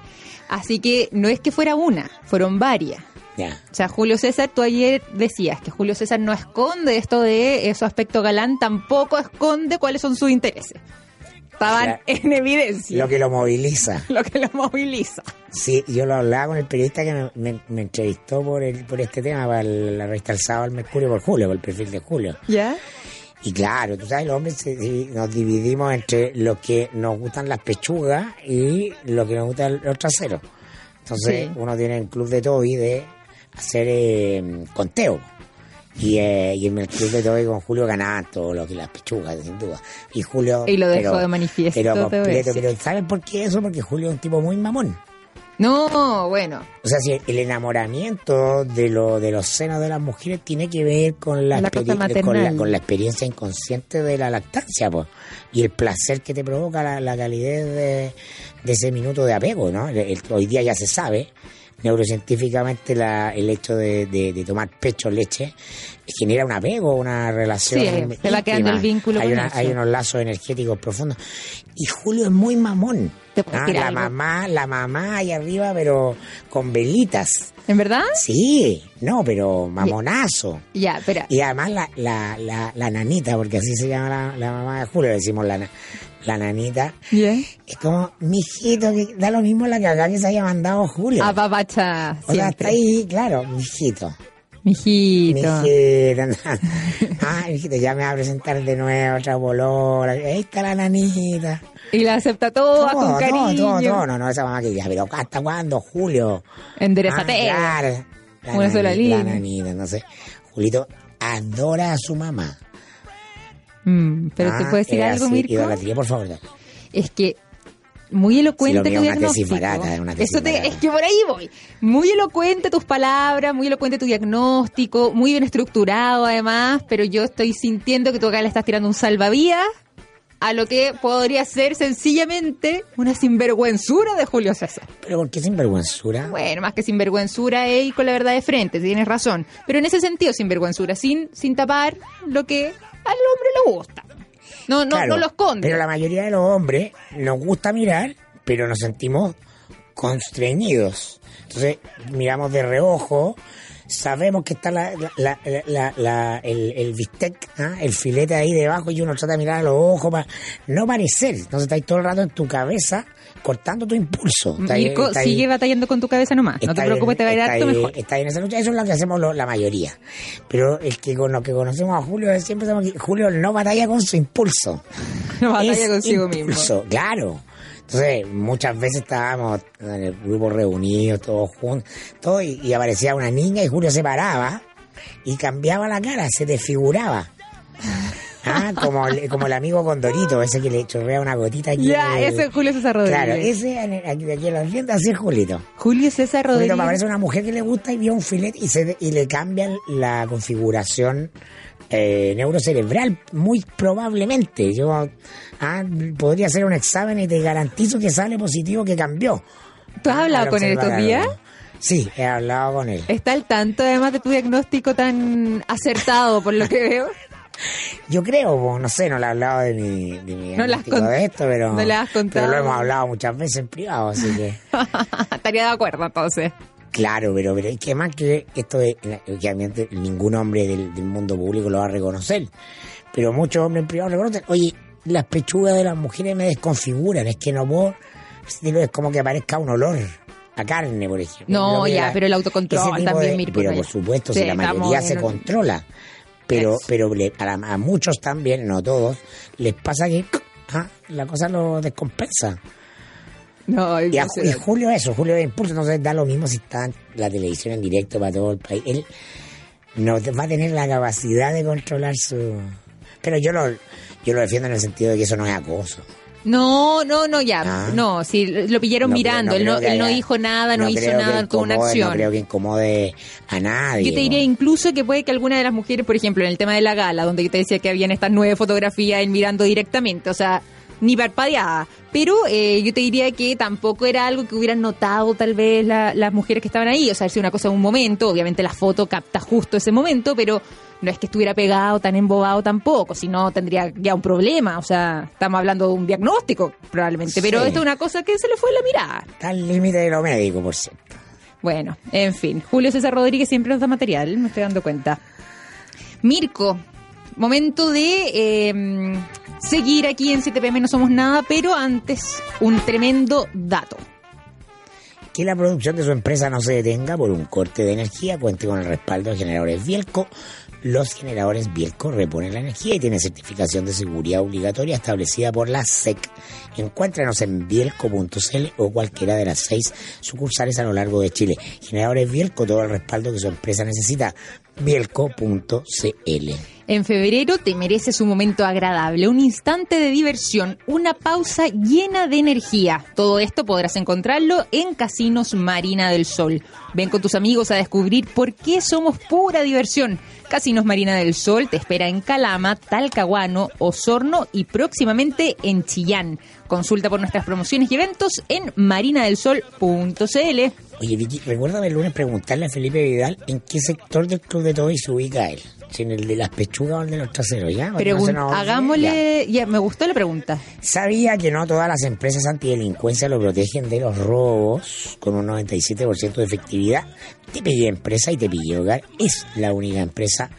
[SPEAKER 1] Así que no es que fuera una, fueron varias.
[SPEAKER 2] Ya.
[SPEAKER 1] O sea, Julio César, tú ayer decías que Julio César no esconde esto de eh, su aspecto galán, tampoco esconde cuáles son sus intereses. Estaban
[SPEAKER 2] Claro.
[SPEAKER 1] en evidencia,
[SPEAKER 2] Lo que lo moviliza.
[SPEAKER 1] lo que lo moviliza.
[SPEAKER 2] Sí, yo lo hablaba con el periodista que me, me- me entrevistó por, el, por este tema, para el- la revista El Sábado, el Mercurio, por Julio, por el perfil de Julio.
[SPEAKER 1] ¿Ya?
[SPEAKER 2] Y claro, tú sabes, los hombres se- se- nos dividimos entre los que nos gustan las pechugas y los que nos gustan los traseros. Entonces,
[SPEAKER 1] Sí.
[SPEAKER 2] uno tiene el club de Toby de hacer eh, conteo. Y, eh, y en el club de Toby con Julio ganaba todo lo que las pechugas, sin duda. Y Julio.
[SPEAKER 1] Y lo dejó de manifiesto, te
[SPEAKER 2] Pero,
[SPEAKER 1] voy a
[SPEAKER 2] completo,
[SPEAKER 1] decir.
[SPEAKER 2] pero ¿saben por qué eso? Porque Julio es un tipo muy mamón.
[SPEAKER 1] No, bueno,
[SPEAKER 2] O sea, si el enamoramiento de, lo, de los senos de las mujeres tiene que ver con la,
[SPEAKER 1] La cosa
[SPEAKER 2] experi- con, la,
[SPEAKER 1] maternal.
[SPEAKER 2] con la experiencia inconsciente de la lactancia, pues. Y el placer que te provoca la, la calidez de, de ese minuto de apego, ¿no? El- el- hoy día ya se sabe, neurocientíficamente, la, el hecho de, de- de tomar pecho leche genera un apego, una relación.
[SPEAKER 1] Sí, se va quedando el vínculo
[SPEAKER 2] Hay,
[SPEAKER 1] con
[SPEAKER 2] una-
[SPEAKER 1] eso.
[SPEAKER 2] hay unos lazos energéticos profundos. Y Julio es muy mamón.
[SPEAKER 1] Te puedo
[SPEAKER 2] Ah,
[SPEAKER 1] tirar
[SPEAKER 2] la
[SPEAKER 1] algo.
[SPEAKER 2] mamá, la mamá ahí arriba, pero con velitas.
[SPEAKER 1] ¿En verdad?
[SPEAKER 2] Sí, no, pero mamonazo.
[SPEAKER 1] Ya, espera.
[SPEAKER 2] Y además la, la, la, la nanita, porque así se llama la, la mamá de Julio, le decimos la, na- la nanita.
[SPEAKER 1] Bien.
[SPEAKER 2] Es como, mijito, que da lo mismo la cagada que se haya mandado Julio.
[SPEAKER 1] Apapacha,
[SPEAKER 2] o sea, está
[SPEAKER 1] Ah, siempre.
[SPEAKER 2] ahí, claro, mijito.
[SPEAKER 1] Mijito.
[SPEAKER 2] Mijito, anda. Ah, mijito, ya me va a presentar de nuevo otra bolola. Ahí está la nanita.
[SPEAKER 1] Y la acepta toda Oh, con cariño.
[SPEAKER 2] todo, todo. No, no, esa mamá que ya, pero ¿hasta cuándo, Julio?
[SPEAKER 1] Enderezate.
[SPEAKER 2] Ah, claro. La
[SPEAKER 1] Una sola
[SPEAKER 2] nani- La
[SPEAKER 1] línea.
[SPEAKER 2] nanita, no sé. Julito adora a su mamá.
[SPEAKER 1] Mm, pero te
[SPEAKER 2] Ah,
[SPEAKER 1] puedo decir
[SPEAKER 2] era
[SPEAKER 1] algo,
[SPEAKER 2] así,
[SPEAKER 1] Mirko.
[SPEAKER 2] Idolatría, por favor. dale.
[SPEAKER 1] Es que muy elocuente
[SPEAKER 2] Si lo mío
[SPEAKER 1] tu
[SPEAKER 2] es una tesis
[SPEAKER 1] diagnóstico.
[SPEAKER 2] barata, es una tesis
[SPEAKER 1] Eso te-
[SPEAKER 2] barata.
[SPEAKER 1] es que por ahí voy. Muy elocuente tus palabras, muy elocuente tu diagnóstico, muy bien estructurado además, pero yo estoy sintiendo que tú acá le estás tirando un salvavidas a lo que podría ser sencillamente una sinvergüenzura de Julio César.
[SPEAKER 2] Pero ¿por qué sinvergüenzura?
[SPEAKER 1] Bueno, más que sinvergüenzura es ir con la verdad de frente, tienes razón. Pero en ese sentido, sinvergüenzura, sin, sin tapar lo que al hombre le gusta. No, no,
[SPEAKER 2] Claro,
[SPEAKER 1] no lo esconde.
[SPEAKER 2] Pero la mayoría de los hombres nos gusta mirar, pero nos sentimos constreñidos. Entonces, miramos de reojo, sabemos que está la, la- la- la- la- el, el bistec, ¿ah? el filete ahí debajo, y uno trata de mirar a los ojos para no parecer. Entonces, estáis todo el rato en tu cabeza cortando tu impulso. Estáis-
[SPEAKER 1] Mirko,
[SPEAKER 2] estáis-
[SPEAKER 1] sigue batallando con tu cabeza nomás. No te
[SPEAKER 2] Está
[SPEAKER 1] preocupes,
[SPEAKER 2] bien,
[SPEAKER 1] te va a ir
[SPEAKER 2] está
[SPEAKER 1] harto
[SPEAKER 2] bien,
[SPEAKER 1] mejor.
[SPEAKER 2] Está bien esa lucha, eso es lo que hacemos lo- la mayoría. Pero el que con lo que conocemos a Julio, es siempre estamos aquí, Julio no batalla con su impulso.
[SPEAKER 1] No batalla
[SPEAKER 2] Es
[SPEAKER 1] consigo mismo.
[SPEAKER 2] impulso, Claro. Entonces, muchas veces estábamos en el grupo reunidos, todos juntos, todo, y, y aparecía una niña y Julio se paraba y cambiaba la cara, se desfiguraba. Ah, como, el- como el amigo Condorito, ese que le chorrea una gotita aquí.
[SPEAKER 1] Ya,
[SPEAKER 2] en el-
[SPEAKER 1] ese es Julio César Rodríguez.
[SPEAKER 2] Claro, ese en el- aquí, de aquí en la tienda, así es Julito.
[SPEAKER 1] Julio César
[SPEAKER 2] Pero
[SPEAKER 1] Rodríguez.
[SPEAKER 2] me parece una mujer que le gusta y vio un filete y, se, y le cambian la configuración eh, neurocerebral, muy probablemente. Yo ah, podría hacer un examen y te garantizo que sale positivo que cambió.
[SPEAKER 1] ¿Tú has hablado
[SPEAKER 2] Al
[SPEAKER 1] con él estos
[SPEAKER 2] observar
[SPEAKER 1] días? Eh.
[SPEAKER 2] algo. Sí, he hablado con él.
[SPEAKER 1] ¿Está al tanto además de tu diagnóstico tan acertado por lo que veo?
[SPEAKER 2] Yo creo, po, no sé, no le he hablado de mi, de mi
[SPEAKER 1] No le has
[SPEAKER 2] diagnóstico
[SPEAKER 1] cont-
[SPEAKER 2] de esto, pero,
[SPEAKER 1] no le has contado.
[SPEAKER 2] pero lo hemos hablado muchas veces en privado, así que...
[SPEAKER 1] Estaría de acuerdo entonces.
[SPEAKER 2] Claro, pero, pero es que más que esto de, que obviamente ningún hombre del, del mundo público lo va a reconocer, pero muchos hombres privados reconocen, oye, las pechugas de las mujeres me desconfiguran, es que no puedo, es como que aparezca un olor a carne, por ejemplo.
[SPEAKER 1] No,
[SPEAKER 2] Creo que
[SPEAKER 1] ya, pero el autocontrol
[SPEAKER 2] ese tipo
[SPEAKER 1] también,
[SPEAKER 2] de-
[SPEAKER 1] Mirko,
[SPEAKER 2] Pero
[SPEAKER 1] no,
[SPEAKER 2] por
[SPEAKER 1] ya.
[SPEAKER 2] supuesto,
[SPEAKER 1] Sí,
[SPEAKER 2] si la mayoría
[SPEAKER 1] estamos
[SPEAKER 2] se
[SPEAKER 1] en-
[SPEAKER 2] controla, pero
[SPEAKER 1] Eso.
[SPEAKER 2] pero le- a, la- a muchos también, no todos, les pasa que ah, la cosa lo descompensa.
[SPEAKER 1] No,
[SPEAKER 2] Y, a-
[SPEAKER 1] no sé.
[SPEAKER 2] y Julio eso, Julio de impulso, entonces da lo mismo si está la televisión en directo para todo el país. Él no te- va a tener la capacidad de controlar su... Pero yo lo, yo lo defiendo en el sentido de que eso no es acoso.
[SPEAKER 1] no, no, no, ya.
[SPEAKER 2] Ah.
[SPEAKER 1] No, sí, lo pillaron
[SPEAKER 2] No creo-
[SPEAKER 1] mirando.
[SPEAKER 2] no
[SPEAKER 1] él no,
[SPEAKER 2] creo que
[SPEAKER 1] él no
[SPEAKER 2] haya-
[SPEAKER 1] dijo nada, no, hizo
[SPEAKER 2] creo que
[SPEAKER 1] nada, tuvo una
[SPEAKER 2] incomode,
[SPEAKER 1] acción.
[SPEAKER 2] No creo que incomode a nadie.
[SPEAKER 1] Yo te diría
[SPEAKER 2] ¿no?
[SPEAKER 1] incluso que puede que alguna de las mujeres, por ejemplo, en el tema de la gala, donde yo te decía que habían estas nueve fotografías él mirando directamente, o sea, ni parpadeada. Pero eh, yo te diría que tampoco era algo que hubieran notado tal vez la- las mujeres que estaban ahí, o sea, es una cosa de un momento, obviamente la foto capta justo ese momento, pero no es que estuviera pegado, tan embobado tampoco, si no tendría ya un problema, o sea, estamos hablando de un diagnóstico probablemente, pero
[SPEAKER 2] Sí.
[SPEAKER 1] esto es una cosa que se le fue la mirada.
[SPEAKER 2] Está al límite de lo médico, por cierto.
[SPEAKER 1] Bueno, en fin. Julio César Rodríguez siempre nos da material, me estoy dando cuenta. Mirko, momento de eh, seguir aquí en 7PM No Somos Nada, pero antes un tremendo dato.
[SPEAKER 2] Que la producción de su empresa no se detenga por un corte de energía, cuente con el respaldo de generadores Bielco. Los generadores Bielco reponen la energía y tienen certificación de seguridad obligatoria establecida por la SEC. Encuéntranos en bielco.cl o cualquiera de las seis sucursales a lo largo de Chile. Generadores Bielco, todo el respaldo que su empresa necesita. Bielco.cl.
[SPEAKER 1] En febrero te mereces un momento agradable, un instante de diversión, una pausa llena de energía. Todo esto podrás encontrarlo en Casinos Marina del Sol. Ven con tus amigos a descubrir por qué somos pura diversión. Casinos Marina del Sol te espera en Calama, Talcahuano, Osorno y próximamente en Chillán. Consulta por nuestras promociones y eventos en marinadelsol.cl.
[SPEAKER 2] Oye, Vicky, recuérdame el lunes preguntarle a Felipe Vidal en qué sector del Club de Toby se ubica él. sin el de las pechugas o el de los traseros, ¿ya? Porque no
[SPEAKER 1] Pregun-
[SPEAKER 2] se nos olvide, ya.
[SPEAKER 1] hagámosle. Ya, me gustó la pregunta.
[SPEAKER 2] ¿Sabía que no todas las empresas antidelincuencia lo protegen de los robos con un 97% de efectividad? Te pillé empresa y te pillé hogar. Es la única empresa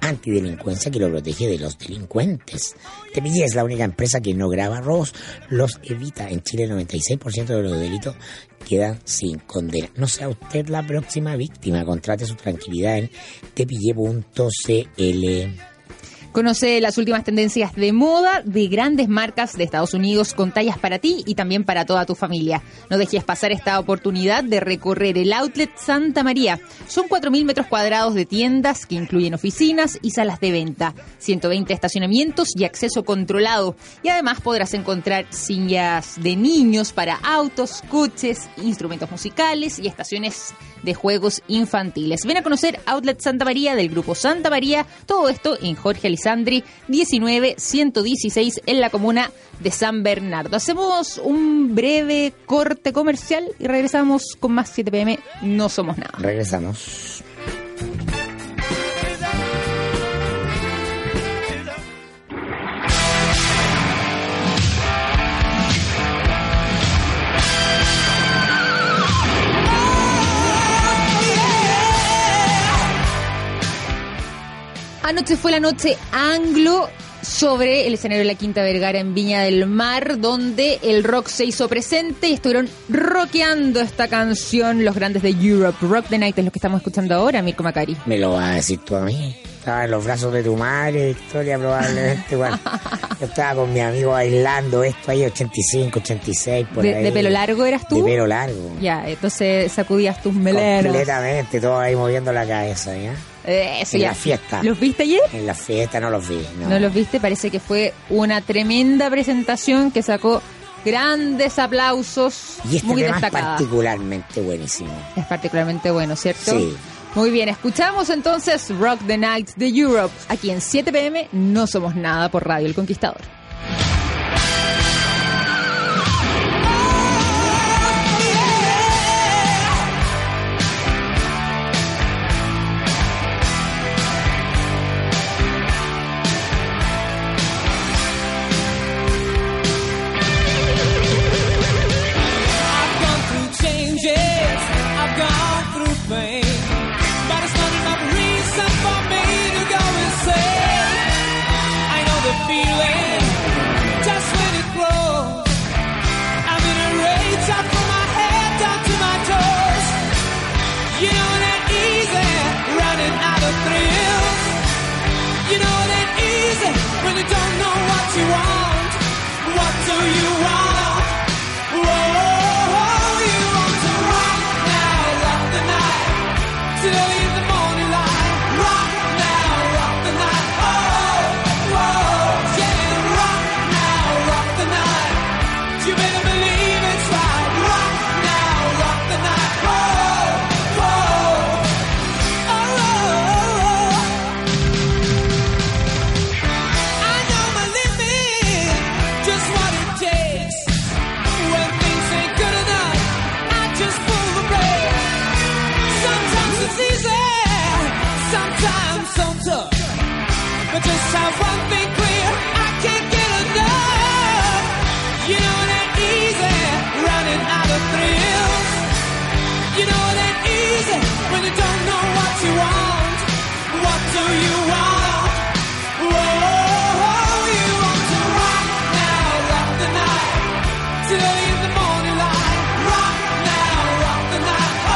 [SPEAKER 2] antidelincuencia que lo protege de los delincuentes. Te pillé es la única empresa que no graba robos, los evita. En Chile el 96% de los delitos quedan sin condena. No sea usted la próxima víctima. Contrate su tranquilidad en tepille.cl.
[SPEAKER 1] Conoce las últimas tendencias de moda de grandes marcas de Estados Unidos con tallas para ti y también para toda tu familia. No dejes pasar esta oportunidad de recorrer el outlet Santa María. Son 4.000 metros cuadrados de tiendas que incluyen oficinas y salas de venta, 120 estacionamientos y acceso controlado. Y además podrás encontrar sillas de niños para autos, coches, instrumentos musicales y estaciones de juegos infantiles. Ven a conocer Outlet Santa María del grupo Santa María. Todo esto en Jorge Alisandri 19116 en la comuna de San Bernardo. Hacemos un breve corte comercial y regresamos con más 7 pm. No somos nada.
[SPEAKER 2] Regresamos.
[SPEAKER 1] Anoche fue la noche anglo sobre el escenario de la Quinta Vergara en Viña del Mar, donde el rock se hizo presente y estuvieron rockeando esta canción los grandes de Europe. Rock the Night es lo que estamos escuchando ahora, Mirko Macari.
[SPEAKER 2] Me lo vas a decir tú a mí. Estaba en los brazos de tu madre, Victoria, probablemente. bueno. yo estaba con mi amigo bailando esto ahí, 85, 86, por
[SPEAKER 1] De,
[SPEAKER 2] ahí.
[SPEAKER 1] de pelo largo eras tú?
[SPEAKER 2] De pelo largo.
[SPEAKER 1] Ya, entonces sacudías tus melenas.
[SPEAKER 2] Completamente, todos ahí moviendo la cabeza, ¿ya?
[SPEAKER 1] Eh, Eso
[SPEAKER 2] En
[SPEAKER 1] ya.
[SPEAKER 2] la fiesta.
[SPEAKER 1] ¿Los viste ayer?
[SPEAKER 2] En la fiesta no los vi, ¿no?
[SPEAKER 1] No. los viste, parece que fue una tremenda presentación que sacó grandes aplausos,
[SPEAKER 2] Y este
[SPEAKER 1] muy
[SPEAKER 2] tema es
[SPEAKER 1] destacada.
[SPEAKER 2] particularmente buenísimo.
[SPEAKER 1] Es particularmente bueno, ¿cierto?
[SPEAKER 2] Sí.
[SPEAKER 1] Muy bien, escuchamos entonces Rock the Night de Europe. Aquí en 7 pm no somos nada por Radio El Conquistador.
[SPEAKER 4] I've gone through changes, I've gone through pain, but it's not enough reason for me to go insane. I know the feeling, just when it grows. I'm in a rage, up from my head down to my toes. You know it ain't easy, running out of thrills. You know it ain't easy when you don't know what you want. What do you want? Whoa, you want to rock now, rock the night. Till in the morning light. Rock now, rock the night. Oh, whoa, yeah, rock now, rock the night. You better believe it's right. Rock now, rock the night. Whoa, whoa, oh. oh, oh. I know my limit, just what it takes. When things ain't good enough, I just pull the brake. Sometimes it's easy, sometimes so tough. But just have one thing clear, I can't get enough. You know it ain't easy, running out of thrills. You know it ain't easy when you don't know what you want. What do you want? Whoa, you want to rock now, rock the night. Till in the morning light. Rock now, rock the night. Oh,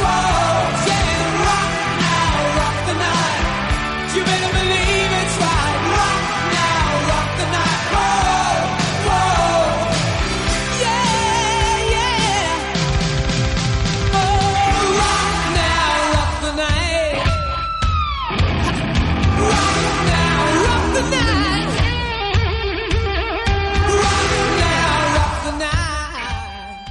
[SPEAKER 4] whoa, yeah, rock now, rock the night. You better believe it's right. Rock now, rock the night. Whoa, whoa, yeah, yeah. Oh, rock now, rock the night. Rock now, rock the night. Rock now, rock the night.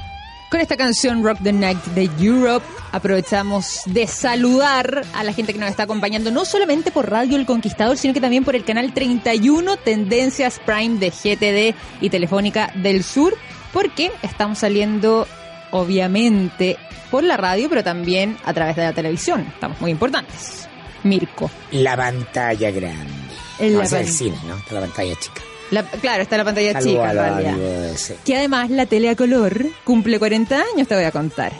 [SPEAKER 1] Con esta canción Rock the Night de Europe aprovechamos de saludar a la gente que nos está acompañando no solamente por Radio El Conquistador, sino que también por el canal 31 Tendencias Prime de GTD y Telefónica del Sur, porque estamos saliendo obviamente por la radio, pero también a través de la televisión. Estamos muy importantes. Mirko.
[SPEAKER 2] La pantalla grande.
[SPEAKER 1] En
[SPEAKER 2] no,
[SPEAKER 1] la
[SPEAKER 2] o sea, el
[SPEAKER 1] pan-
[SPEAKER 2] cine, ¿no? Está la pantalla chica.
[SPEAKER 1] La- claro, está la pantalla
[SPEAKER 2] Saludos
[SPEAKER 1] chica,
[SPEAKER 2] a
[SPEAKER 1] en
[SPEAKER 2] los
[SPEAKER 1] realidad.
[SPEAKER 2] amigos de ese.
[SPEAKER 1] Que además la tele a color cumple 40 años, te voy a contar.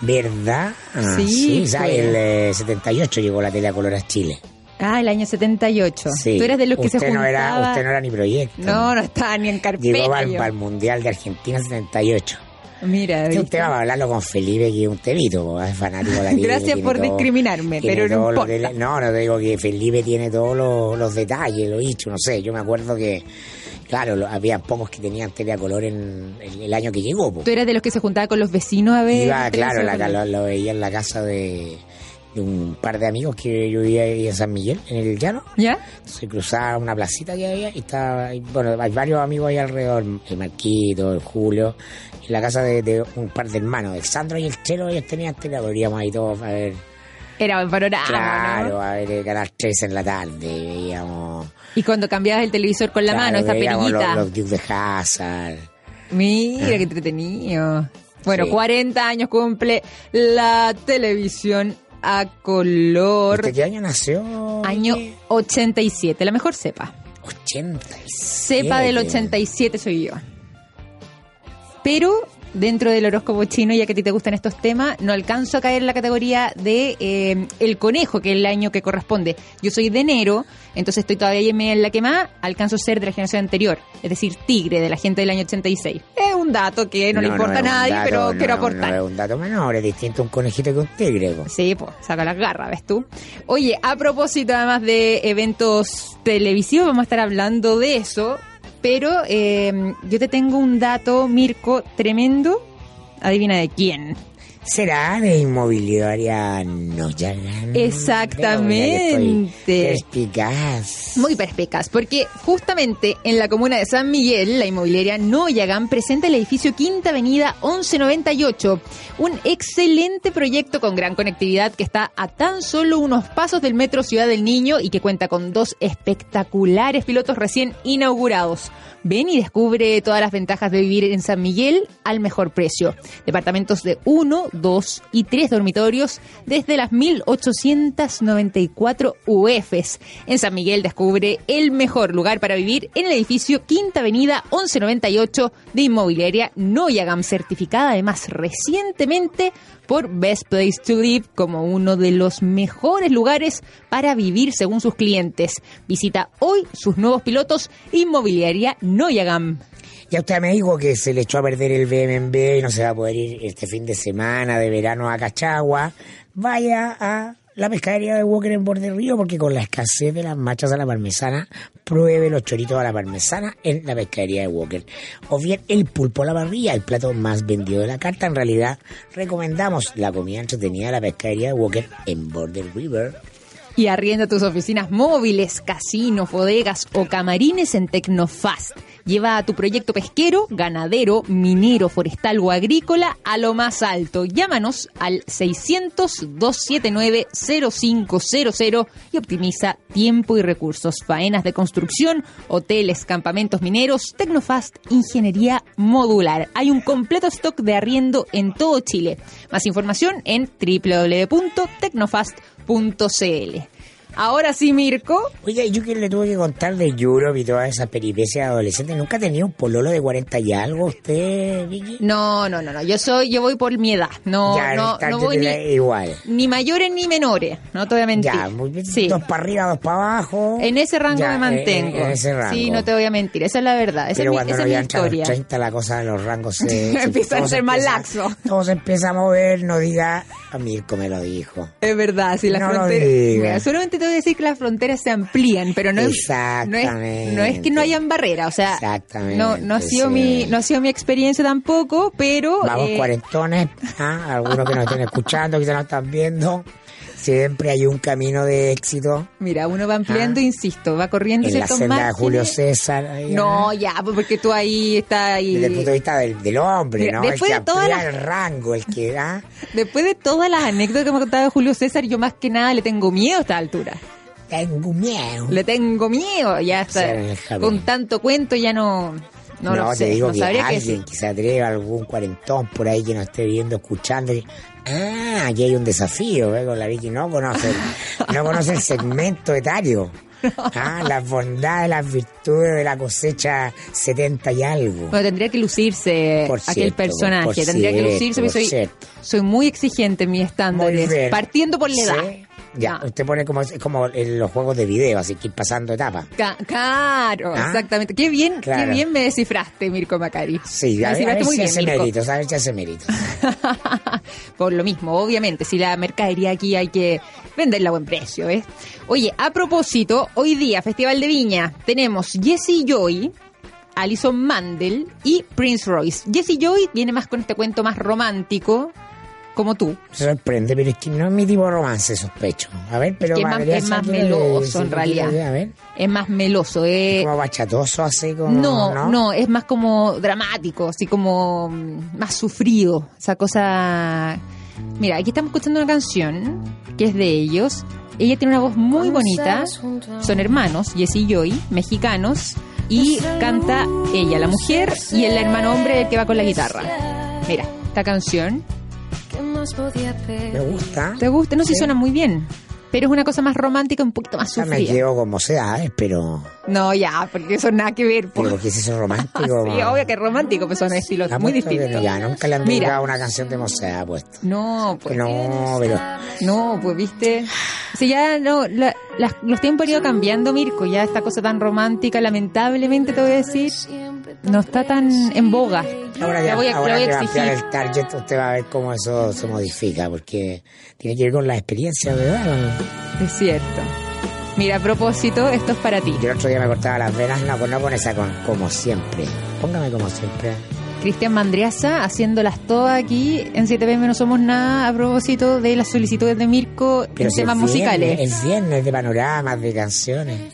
[SPEAKER 2] ¿Verdad? Ah,
[SPEAKER 1] Sí,
[SPEAKER 2] sí. o sea,
[SPEAKER 1] pues.
[SPEAKER 2] el eh, 78 llegó la tele a color a Chile.
[SPEAKER 1] Ah, el año 78.
[SPEAKER 2] Sí.
[SPEAKER 1] Tú eras de los que
[SPEAKER 2] usted
[SPEAKER 1] se
[SPEAKER 2] no
[SPEAKER 1] juntaba...
[SPEAKER 2] era, Usted no era ni proyecto.
[SPEAKER 1] No, no estaba ni en carpeta.
[SPEAKER 2] Llegó al,
[SPEAKER 1] yo.
[SPEAKER 2] al Mundial de Argentina 78.
[SPEAKER 1] Mira,
[SPEAKER 2] Este es un
[SPEAKER 1] ¿viste?
[SPEAKER 2] tema para hablarlo con Felipe, que es un telito, po, es fanático de la tele,
[SPEAKER 1] Gracias
[SPEAKER 2] tiene
[SPEAKER 1] por
[SPEAKER 2] todo-
[SPEAKER 1] discriminarme,
[SPEAKER 2] tiene
[SPEAKER 1] pero no
[SPEAKER 2] todo lo de
[SPEAKER 1] importa.
[SPEAKER 2] la- no, no te digo que Felipe tiene todos los, los detalles, lo dicho, no sé. Yo me acuerdo que, claro, lo- había pocos que tenían tele a color en el, el año que llegó. po.
[SPEAKER 1] Tú eras de los que se juntaba con los vecinos a ver.
[SPEAKER 2] Iba, claro,
[SPEAKER 1] televisión
[SPEAKER 2] la,
[SPEAKER 1] con-
[SPEAKER 2] lo, lo veía en la casa de, de un par de amigos que yo vivía ahí en San Miguel, en el llano.
[SPEAKER 1] ¿Ya?
[SPEAKER 2] Se cruzaba una placita que había y estaba, y bueno, hay varios amigos ahí alrededor, el Marquito, el Julio, y la casa de, de un par de hermanos, el Sandro y el Chelo, ellos tenían tela, volvíamos ahí todos a ver,
[SPEAKER 1] Era el panorama,
[SPEAKER 2] claro,
[SPEAKER 1] ¿no?
[SPEAKER 2] a ver el Canal 3 en la tarde, y veíamos...
[SPEAKER 1] Y cuando cambiabas el televisor con la
[SPEAKER 2] claro,
[SPEAKER 1] mano, esta
[SPEAKER 2] veíamos
[SPEAKER 1] perillita.
[SPEAKER 2] Los, los Dukes de Hazard.
[SPEAKER 1] Mira, qué entretenido. Bueno,
[SPEAKER 2] Sí.
[SPEAKER 1] 40 años cumple la televisión a color.
[SPEAKER 2] ¿Usted ¿Este qué año nació?
[SPEAKER 1] Año 87, la mejor cepa.
[SPEAKER 2] 86.
[SPEAKER 1] Cepa del 87 soy yo. Pero dentro del horóscopo chino, ya que a ti te gustan estos temas, no alcanzo a caer en la categoría de eh, el conejo, que es el año que corresponde. Yo soy de enero, entonces estoy todavía ahí en medio en la que más alcanzo a ser de la generación anterior, es decir, tigre de la gente del año 86. Es un dato que no, le importa a
[SPEAKER 2] es un
[SPEAKER 1] nadie,
[SPEAKER 2] dato,
[SPEAKER 1] pero
[SPEAKER 2] no,
[SPEAKER 1] quiero
[SPEAKER 2] no,
[SPEAKER 1] aportar.
[SPEAKER 2] No, es un dato menor, es distinto un conejito que un tigre. po.
[SPEAKER 1] Sí, pues, saca las garras, ¿ves tú? Oye, a propósito además de eventos televisivos, vamos a estar hablando de eso, pero eh, yo te tengo un dato, Mirko, tremendo. Adivina de quién.
[SPEAKER 2] Será de inmobiliaria no ya grande.
[SPEAKER 1] Exactamente.
[SPEAKER 2] Estoy Perspicaz.
[SPEAKER 1] Muy perspicaz, porque justamente en la comuna de San Miguel, la inmobiliaria Noyagán presenta el edificio Quinta Avenida 1198, un excelente proyecto con gran conectividad que está a tan solo unos pasos del metro Ciudad del Niño y que cuenta con dos espectaculares pilotos recién inaugurados. Ven y descubre todas las ventajas de vivir en San Miguel al mejor precio. Departamentos de 1, 2 y 3 dormitorios desde las 1894 UFs. En San Miguel descubre el mejor lugar para vivir en el edificio Quinta Avenida 1198 de Inmobiliaria Noyagam, certificada además recientemente por Best Place to Live como uno de los mejores lugares para vivir según sus clientes. Visita hoy sus nuevos pilotos Inmobiliaria Noyagam.
[SPEAKER 2] Ya usted me dijo que se le echó a perder el BMB y no se va a poder ir este fin de semana de verano a Cachagua. Vaya a la pescadería de Walker en Borde Río porque con la escasez de las machas a la parmesana, pruebe los choritos a la parmesana en la pescadería de Walker. O bien el pulpo a la parrilla, el plato más vendido de la carta. En realidad, recomendamos la comida entretenida de la pescadería de Walker en Border River.
[SPEAKER 1] Y arrienda tus oficinas móviles, casinos, bodegas o camarines en Tecnofast. Lleva a tu proyecto pesquero, ganadero, minero, forestal o agrícola a lo más alto. Llámanos al 600-279-0500 y optimiza tiempo y recursos. Faenas de construcción, hoteles, campamentos mineros, Tecnofast, ingeniería modular. Hay un completo stock de arriendo en todo Chile. Más información en www.tecnofast.com www.radiocomunitaria.cl. Ahora sí, Mirko.
[SPEAKER 2] Oiga, y yo que le tuve que contar de Europe y todas esas peripecias adolescentes, ¿nunca tenía un pololo de 40 y algo usted, Vicky?
[SPEAKER 1] No, no, no, no. Yo soy, yo voy por mi edad. No,
[SPEAKER 2] ya,
[SPEAKER 1] no,
[SPEAKER 2] está,
[SPEAKER 1] no
[SPEAKER 2] yo
[SPEAKER 1] voy
[SPEAKER 2] te
[SPEAKER 1] ni,
[SPEAKER 2] la- igual.
[SPEAKER 1] ni mayores ni menores. No te voy a mentir.
[SPEAKER 2] Ya, muy bien,
[SPEAKER 1] Sí.
[SPEAKER 2] dos para arriba, dos para abajo.
[SPEAKER 1] En ese rango
[SPEAKER 2] Ya,
[SPEAKER 1] me
[SPEAKER 2] en-
[SPEAKER 1] mantengo.
[SPEAKER 2] En, ese rango.
[SPEAKER 1] Sí, no te voy a mentir. Esa es la verdad. Esa es
[SPEAKER 2] Pero
[SPEAKER 1] mi,
[SPEAKER 2] cuando
[SPEAKER 1] esa
[SPEAKER 2] uno
[SPEAKER 1] es mi
[SPEAKER 2] ya entra a los
[SPEAKER 1] historia.
[SPEAKER 2] 30, la cosa de los rangos se... se-
[SPEAKER 1] Empiezan a
[SPEAKER 2] todo se
[SPEAKER 1] ser más
[SPEAKER 2] empieza-
[SPEAKER 1] laxo.
[SPEAKER 2] Todo se empieza a mover, no diga, a Mirko me lo dijo.
[SPEAKER 1] Es verdad, sí, las
[SPEAKER 2] No lo
[SPEAKER 1] fronteras.
[SPEAKER 2] digas.
[SPEAKER 1] Mira, solamente te voy a decir que las fronteras se amplían, pero no es, no es,
[SPEAKER 2] Exactamente.
[SPEAKER 1] no es que no hayan barreras. O sea,
[SPEAKER 2] Exactamente,
[SPEAKER 1] no, no, ha sido
[SPEAKER 2] sí.
[SPEAKER 1] mi, no ha sido mi experiencia tampoco, pero.
[SPEAKER 2] Vamos
[SPEAKER 1] eh,
[SPEAKER 2] cuarentones, ¿ah? algunos que nos estén escuchando, que nos están viendo, siempre hay un camino de éxito.
[SPEAKER 1] Mira, uno va ampliando,
[SPEAKER 2] Ah.
[SPEAKER 1] insisto, va corriendo
[SPEAKER 2] en la
[SPEAKER 1] ciertos
[SPEAKER 2] senda de
[SPEAKER 1] márgenes.
[SPEAKER 2] Julio César. ahí,
[SPEAKER 1] No,
[SPEAKER 2] ah,
[SPEAKER 1] ya, pues, porque tú ahí está ahí.
[SPEAKER 2] Desde el punto de vista del, del hombre,
[SPEAKER 1] Mira,
[SPEAKER 2] ¿no?
[SPEAKER 1] después
[SPEAKER 2] el
[SPEAKER 1] de
[SPEAKER 2] que
[SPEAKER 1] todas
[SPEAKER 2] amplía
[SPEAKER 1] las-
[SPEAKER 2] el rango, el que da.
[SPEAKER 1] Después de todas las anécdotas que me ha contado Julio César, yo más que nada le tengo miedo a esta altura.
[SPEAKER 2] Tengo miedo.
[SPEAKER 1] Le tengo miedo, ya
[SPEAKER 2] Sí,
[SPEAKER 1] está.
[SPEAKER 2] en el jardín.
[SPEAKER 1] Con tanto cuento ya no, no, lo
[SPEAKER 2] te
[SPEAKER 1] sé.
[SPEAKER 2] digo
[SPEAKER 1] no
[SPEAKER 2] que
[SPEAKER 1] sabría qué
[SPEAKER 2] alguien
[SPEAKER 1] decir.
[SPEAKER 2] que se atreva, algún cuarentón por ahí que nos esté viendo, escuchando, que Ah, aquí hay un desafío, ¿eh? con la Vicky no conoce, no conoce el segmento etario. Ah, las bondades, las virtudes de la cosecha 70 y algo.
[SPEAKER 1] Bueno, tendría que lucirse
[SPEAKER 2] Por
[SPEAKER 1] aquel
[SPEAKER 2] cierto,
[SPEAKER 1] personaje,
[SPEAKER 2] por
[SPEAKER 1] tendría que
[SPEAKER 2] cierto,
[SPEAKER 1] lucirse, porque
[SPEAKER 2] por
[SPEAKER 1] soy,
[SPEAKER 2] cierto.
[SPEAKER 1] soy muy exigente en mis
[SPEAKER 2] Muy
[SPEAKER 1] estándares,
[SPEAKER 2] bien.
[SPEAKER 1] partiendo por la edad.
[SPEAKER 2] Sí, Ya,
[SPEAKER 1] Ah.
[SPEAKER 2] usted pone como, es como en los juegos de video, así que ir pasando etapas.
[SPEAKER 1] Ca- claro,
[SPEAKER 2] Ah,
[SPEAKER 1] exactamente. Qué bien,
[SPEAKER 2] claro.
[SPEAKER 1] qué bien me descifraste, Mirko Macari.
[SPEAKER 2] Sí,
[SPEAKER 1] Me
[SPEAKER 2] a, ver- a
[SPEAKER 1] descifraste
[SPEAKER 2] ver
[SPEAKER 1] muy
[SPEAKER 2] si
[SPEAKER 1] bien,
[SPEAKER 2] hace
[SPEAKER 1] Mirko.
[SPEAKER 2] méritos, a ver si hace méritos.
[SPEAKER 1] Por lo mismo, obviamente, si la mercadería aquí hay que venderla a buen precio, ¿ves? Oye, a propósito, hoy día, Festival de Viña, tenemos Jesse Joy, Alison Mandel y Prince Royce. Jesse Joy viene más con este cuento más romántico, como tú.
[SPEAKER 2] Sorprende, pero es que no es mi tipo de romance, sospecho. A ver, pero
[SPEAKER 1] que es más,
[SPEAKER 2] Valeria
[SPEAKER 1] es más
[SPEAKER 2] Sánchez,
[SPEAKER 1] meloso, en
[SPEAKER 2] eh, sí, eh,
[SPEAKER 1] realidad.
[SPEAKER 2] A ver,
[SPEAKER 1] Es más meloso, eh.
[SPEAKER 2] como bachatoso, así como.
[SPEAKER 1] No, no, es más como dramático, así como mm, más sufrido. Esa cosa. Mira, aquí estamos escuchando una canción que es de ellos. Ella tiene una voz muy bonita. Son hermanos, Jesse y Joy, mexicanos. Y canta ella, la mujer, y el hermano hombre el que va con la guitarra. Mira, esta canción.
[SPEAKER 5] ¿Qué más podía
[SPEAKER 2] Me
[SPEAKER 5] pedir?
[SPEAKER 2] gusta.
[SPEAKER 1] ¿Te gusta? No sé si
[SPEAKER 2] Sí.
[SPEAKER 1] suena muy bien. Pero es una cosa más romántica, un poquito más
[SPEAKER 2] Ya me
[SPEAKER 1] sufrida.
[SPEAKER 2] quedo con mocedades, ¿eh? pero.
[SPEAKER 1] No, ya, porque eso nada que ver. po.
[SPEAKER 2] Pero que es eso
[SPEAKER 1] Sí,
[SPEAKER 2] romántico.
[SPEAKER 1] obvio que es romántico, pero son estilos
[SPEAKER 2] Ha
[SPEAKER 1] muy
[SPEAKER 2] puesto que
[SPEAKER 1] distintos.
[SPEAKER 2] no, ya, nunca le han
[SPEAKER 1] Mira.
[SPEAKER 2] dedicado una canción de mocedad, ha puesto.
[SPEAKER 1] No, pues no,
[SPEAKER 2] No, pero.
[SPEAKER 1] pues viste. O sea, ya no, la- las- los tiempos han ido cambiando, Mirko. Ya esta cosa tan romántica, lamentablemente te voy a decir, no está tan en boga.
[SPEAKER 2] Ahora,
[SPEAKER 1] La
[SPEAKER 2] ya,
[SPEAKER 1] voy a- la
[SPEAKER 2] ahora
[SPEAKER 1] voy a
[SPEAKER 2] que va a
[SPEAKER 1] exigir.
[SPEAKER 2] ampliar el target, usted va a ver cómo eso se modifica, porque tiene que ver con la experiencia, ¿verdad?
[SPEAKER 1] Es cierto. Mira, a propósito, esto es para ti.
[SPEAKER 2] Yo el otro día me cortaba las venas, no, pues no con esa, con como siempre. Póngame como siempre.
[SPEAKER 1] Cristian Mandriaza haciéndolas todas aquí en 7PM No Somos Nada a propósito de las solicitudes de Mirko en
[SPEAKER 2] si
[SPEAKER 1] temas
[SPEAKER 2] es
[SPEAKER 1] musicales.
[SPEAKER 2] Viernes, es viernes de panoramas, de canciones.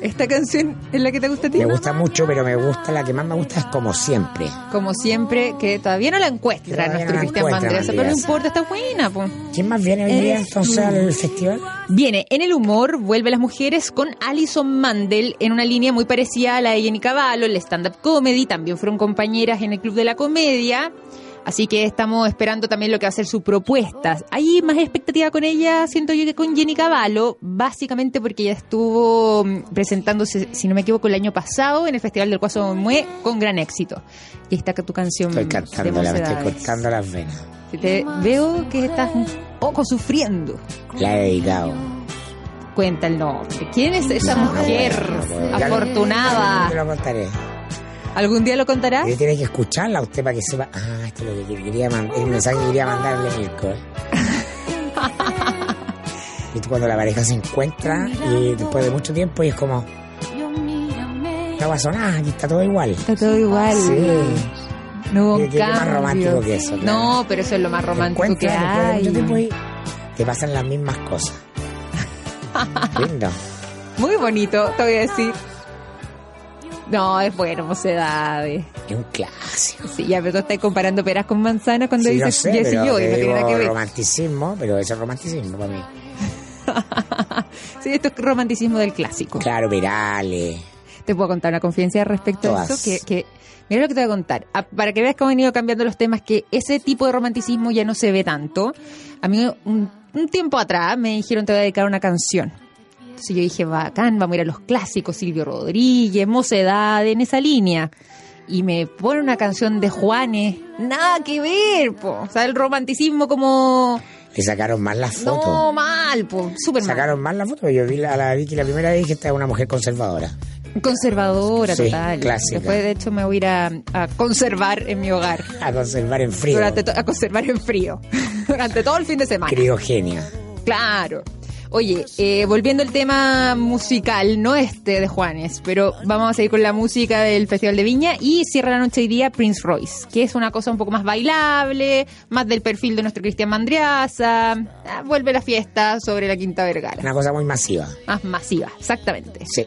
[SPEAKER 1] ¿Esta canción es la que te gusta a ti?
[SPEAKER 2] Me gusta mucho, pero me gusta, la que más me gusta es como siempre.
[SPEAKER 1] Como siempre, que todavía no la encuentra
[SPEAKER 2] Todavía
[SPEAKER 1] nuestro
[SPEAKER 2] no la
[SPEAKER 1] Cristian
[SPEAKER 2] encuentra,
[SPEAKER 1] Mandriaza, pero no
[SPEAKER 2] Mandriaza.
[SPEAKER 1] importa, está buena, pues.
[SPEAKER 2] ¿Quién más viene hoy día
[SPEAKER 1] Eres
[SPEAKER 2] entonces
[SPEAKER 1] tú.
[SPEAKER 2] al festival?
[SPEAKER 1] Viene en el humor, vuelve las mujeres con Alison Mandel en una línea muy parecida a la de Jenny Cavallo, el stand-up comedy, también fueron compañeras en el Club de la Comedia. Así que estamos esperando también lo que va a ser su propuesta. Hay más expectativa con ella, siento yo, que con Jenny Cavallo, básicamente porque ella estuvo mm, presentándose, si no me equivoco, el año pasado en el Festival del Cuaso Mue con gran éxito. Y ahí está tu canción.
[SPEAKER 2] Estoy
[SPEAKER 1] de
[SPEAKER 2] cantándola, me estoy
[SPEAKER 1] Mocedades.
[SPEAKER 2] cortando las venas.
[SPEAKER 1] Te veo que estás un poco sufriendo.
[SPEAKER 2] La he dedicado.
[SPEAKER 1] Cuenta el nombre. ¿Quién es esa
[SPEAKER 2] No, no
[SPEAKER 1] mujer
[SPEAKER 2] puedo, no puedo. Ya-
[SPEAKER 1] afortunada?
[SPEAKER 2] Te lo contaré.
[SPEAKER 1] ¿Algún día lo contarás?
[SPEAKER 2] Usted tiene que escucharla usted para que sepa. Ah, esto es lo que quería mandar. El mensaje que quería mandarle a Mirko. ¿eh? Y cuando la pareja se encuentra y después de mucho tiempo y es como,
[SPEAKER 5] Yo mírame.
[SPEAKER 2] no pasó nada, aquí está todo igual.
[SPEAKER 1] Está todo igual.
[SPEAKER 2] Sí.
[SPEAKER 1] No hubo un
[SPEAKER 2] ¿Qué- qué más
[SPEAKER 1] cambio.
[SPEAKER 2] romántico que eso, claro.
[SPEAKER 1] No, pero eso es lo más romántico que
[SPEAKER 2] encuentras
[SPEAKER 1] hay.
[SPEAKER 2] después de mucho tiempo y te pasan las mismas cosas. Lindo.
[SPEAKER 1] Muy bonito, te voy a decir. No, es bueno, mocedades.
[SPEAKER 2] Es un clásico.
[SPEAKER 1] Sí, ya, pero tú estás comparando peras con manzanas cuando
[SPEAKER 2] Sí, lo
[SPEAKER 1] dices
[SPEAKER 2] sé,
[SPEAKER 1] yes y
[SPEAKER 2] pero
[SPEAKER 1] yo, y
[SPEAKER 2] te
[SPEAKER 1] no tiene
[SPEAKER 2] digo
[SPEAKER 1] nada que ver.
[SPEAKER 2] romanticismo, pero eso es romanticismo para mí.
[SPEAKER 1] sí, esto es romanticismo del clásico.
[SPEAKER 2] Claro, Perales.
[SPEAKER 1] Te puedo contar una confidencia respecto
[SPEAKER 2] Todas.
[SPEAKER 1] a eso. Que, que- mira lo que te voy a contar. A- para que veas cómo han ido cambiando los temas, que ese tipo de romanticismo ya no se ve tanto. A mí, un, un tiempo atrás, me dijeron te voy a dedicar una canción. Entonces yo dije, bacán, vamos a ir a los clásicos, Silvio Rodríguez, Mocedad, en esa línea. Y me pone una canción de Juanes. Nada que ver, po. O sea, el romanticismo como...
[SPEAKER 2] Le sacaron más las fotos.
[SPEAKER 1] No, mal, po. Súper mal.
[SPEAKER 2] Sacaron más la foto. Yo vi la- a la Vicky la primera vez que estaba una mujer conservadora.
[SPEAKER 1] Conservadora,
[SPEAKER 2] Sí,
[SPEAKER 1] total.
[SPEAKER 2] clásica.
[SPEAKER 1] Después, de hecho, me voy a ir a, a conservar en mi hogar.
[SPEAKER 2] A conservar en frío.
[SPEAKER 1] Durante to- a conservar en frío. Durante todo el fin de semana.
[SPEAKER 2] Criogenia.
[SPEAKER 1] Claro. Oye, eh, volviendo al tema musical, no este de Juanes, pero vamos a seguir con la música del Festival de Viña y cierra la noche y día Prince Royce, que es una cosa un poco más bailable, más del perfil de nuestro Cristian Mandriaza. Ah, vuelve la fiesta sobre la Quinta Vergara.
[SPEAKER 2] Una cosa muy masiva.
[SPEAKER 1] Más masiva, exactamente.
[SPEAKER 2] Sí.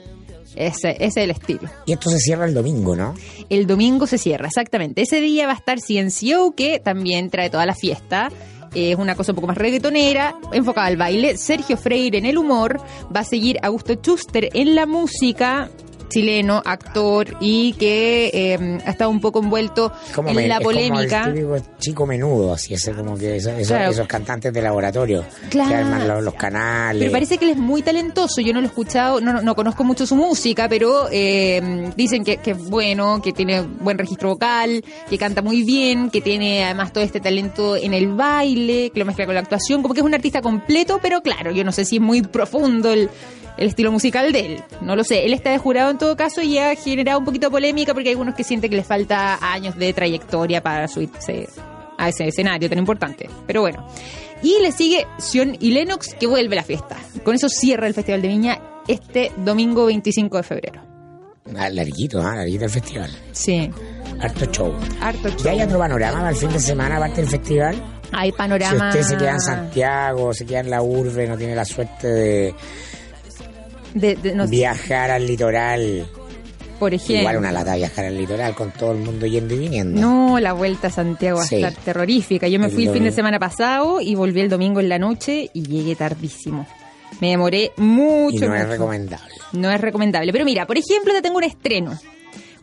[SPEAKER 1] Ese, ese es el estilo.
[SPEAKER 2] Y esto se cierra el domingo, ¿no?
[SPEAKER 1] El domingo se cierra, exactamente. Ese día va a estar Ciencio, que también trae toda la fiesta. Eh, Es una cosa un poco más reggaetonera, enfocada al baile. Sergio Freire en el humor. Va a seguir Augusto Schuster en la música. chileno, actor y que eh, ha estado un poco envuelto
[SPEAKER 2] Como
[SPEAKER 1] en
[SPEAKER 2] me-
[SPEAKER 1] la
[SPEAKER 2] es como el
[SPEAKER 1] polémica.
[SPEAKER 2] típico chico menudo, así es como que eso- eso-
[SPEAKER 1] Claro.
[SPEAKER 2] esos cantantes de laboratorio que
[SPEAKER 1] Claro.
[SPEAKER 2] arman los, los canales.
[SPEAKER 1] Pero parece que él es muy talentoso. Yo no lo he escuchado, no, no- no conozco mucho su música, pero eh, dicen que, que es bueno, que tiene buen registro vocal, que canta muy bien, que tiene además todo este talento en el baile, que lo mezcla con la actuación. Como que es un artista completo, pero claro, yo no sé si es muy profundo el, el estilo musical de él. No lo sé. Él está de jurado en todo caso y ha generado un poquito de polémica porque hay algunos que sienten que les falta años de trayectoria para subirse a ese escenario tan importante. Pero bueno. Y le sigue Sion y Lennox que vuelve la fiesta. Con eso cierra el Festival de Viña este domingo 25 de febrero.
[SPEAKER 2] Ah, larguito, ah, larguito el festival.
[SPEAKER 1] Sí.
[SPEAKER 2] Harto show.
[SPEAKER 1] Harto
[SPEAKER 2] Y hay
[SPEAKER 1] show.
[SPEAKER 2] otro panorama para el fin de semana, aparte del festival.
[SPEAKER 1] Hay panorama.
[SPEAKER 2] Si usted se queda en Santiago, se queda en la urbe, no tiene la suerte de
[SPEAKER 1] de, de- no sé,
[SPEAKER 2] viajar al litoral.
[SPEAKER 1] por ejemplo.
[SPEAKER 2] Igual una lata viajar al litoral con todo el mundo yendo y viniendo.
[SPEAKER 1] No, la vuelta a Santiago va a
[SPEAKER 2] Sí.
[SPEAKER 1] estar terrorífica. Yo me
[SPEAKER 2] El
[SPEAKER 1] fui el fin de
[SPEAKER 2] domingo.
[SPEAKER 1] semana pasado y volví el domingo en la noche y llegué tardísimo. Me demoré mucho.
[SPEAKER 2] y no es
[SPEAKER 1] mucho.
[SPEAKER 2] recomendable.
[SPEAKER 1] No es recomendable. Pero mira, por ejemplo, te tengo un estreno.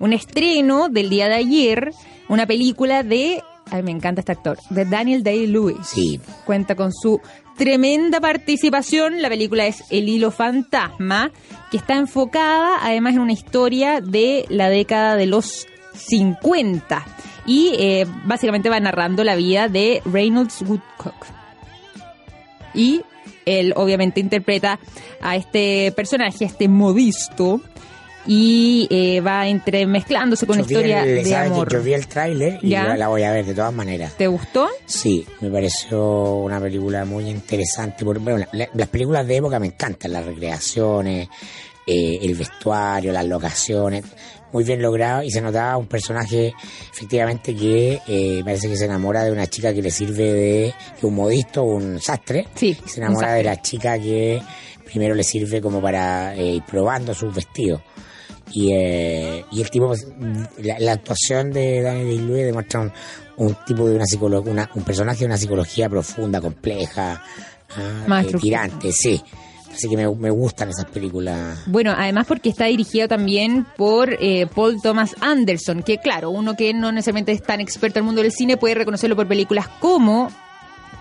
[SPEAKER 1] Un estreno del día de ayer, una película de. Ay, me encanta este actor. De Daniel Day-Lewis.
[SPEAKER 2] Sí.
[SPEAKER 1] Cuenta con su tremenda participación. La película es El Hilo Fantasma, que está enfocada además en una historia de la década de los 50. Y eh, básicamente va narrando la vida de Reynolds Woodcock y él obviamente interpreta a este personaje, a este modisto, y eh, va entremezclándose con la
[SPEAKER 2] Yo vi
[SPEAKER 1] historia de
[SPEAKER 2] el- ¿sabes qué?
[SPEAKER 1] amor.
[SPEAKER 2] Yo vi el tráiler y
[SPEAKER 1] Ya.
[SPEAKER 2] la- la voy a ver de todas maneras.
[SPEAKER 1] ¿Te gustó?
[SPEAKER 2] Sí, me pareció una película muy interesante. Por- Bueno, la- las películas de época me encantan, las recreaciones, eh, el vestuario, las locaciones. Muy bien logrado y se notaba un personaje efectivamente que eh, parece que se enamora de una chica que le sirve de, de un modisto, un sastre.
[SPEAKER 1] Sí,
[SPEAKER 2] Y se
[SPEAKER 1] un
[SPEAKER 2] enamora de
[SPEAKER 1] sastre.
[SPEAKER 2] la chica que primero le sirve como para eh, ir probando sus vestidos. Y, eh, y el tipo, pues, la, la actuación de Daniel Day-Lewis demuestra un, un tipo de una psicolo- una- un personaje de una psicología profunda, compleja, ah,
[SPEAKER 1] Más
[SPEAKER 2] eh,
[SPEAKER 1] estructurada.
[SPEAKER 2] tirante, sí. Así que me, me gustan esas películas.
[SPEAKER 1] Bueno, además porque está dirigido también por eh, Paul Thomas Anderson, que claro, uno que no necesariamente es tan experto en el mundo del cine puede reconocerlo por películas como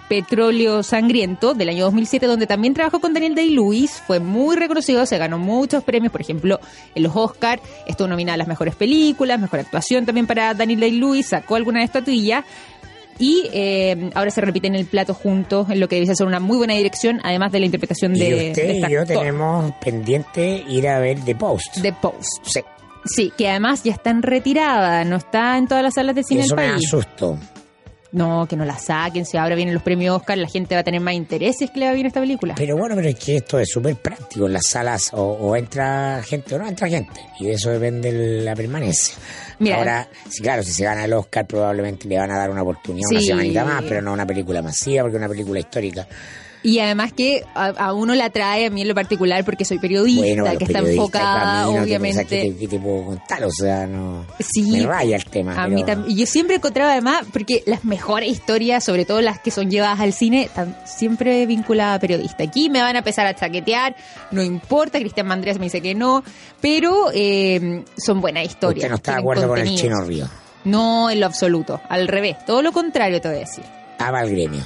[SPEAKER 1] Petróleo Sangriento del año 2007, donde también trabajó con Daniel Day-Lewis, fue muy reconocido, se ganó muchos premios, por ejemplo, en los Oscar, estuvo nominada a las mejores películas, mejor actuación también para Daniel Day-Lewis, sacó alguna estatuilla. Y eh, ahora se repiten el plato juntos, en lo que dice ser una muy buena dirección, además de la interpretación de,
[SPEAKER 2] y usted
[SPEAKER 1] de este
[SPEAKER 2] y yo
[SPEAKER 1] actor.
[SPEAKER 2] tenemos pendiente ir a ver The Post.
[SPEAKER 1] The Post.
[SPEAKER 2] Sí,
[SPEAKER 1] Sí, que además ya está en retirada, no está en todas las salas de cine
[SPEAKER 2] eso
[SPEAKER 1] del
[SPEAKER 2] me
[SPEAKER 1] país.
[SPEAKER 2] asustó.
[SPEAKER 1] No, que no la saquen, si ahora vienen los premios Oscar, la gente va a tener más intereses que le va a bien esta película.
[SPEAKER 2] Pero bueno, pero es que esto es súper práctico. En las salas o, o entra gente o no entra gente. Y de eso depende la permanencia.
[SPEAKER 1] Mira.
[SPEAKER 2] Ahora, sí, claro, si se gana el Oscar probablemente le van a dar una oportunidad una
[SPEAKER 1] Sí.
[SPEAKER 2] semanita más, pero no una película masiva porque es una película histórica.
[SPEAKER 1] Y además que a, a uno la trae, a mí en lo particular, porque soy periodista,
[SPEAKER 2] bueno, los
[SPEAKER 1] que está
[SPEAKER 2] periodistas,
[SPEAKER 1] enfocada,
[SPEAKER 2] para mí, no te pensás
[SPEAKER 1] obviamente.
[SPEAKER 2] que te, que te puedo contar? O sea, no...
[SPEAKER 1] Sí.
[SPEAKER 2] Me raya el tema.
[SPEAKER 1] A
[SPEAKER 2] pero-
[SPEAKER 1] mí también. Y yo siempre encontraba además, porque las mejores historias, sobre todo las que son llevadas al cine, están siempre vinculadas a periodista. Aquí me van a empezar a chaquetear, no importa, Cristian Mandreas me dice que no, pero eh, son buenas historias.
[SPEAKER 2] Usted no está de
[SPEAKER 1] tienen
[SPEAKER 2] acuerdo con el
[SPEAKER 1] contenido.
[SPEAKER 2] chino Río.
[SPEAKER 1] No, en lo absoluto, al revés, todo lo contrario te voy a decir.
[SPEAKER 2] Ama el gremio.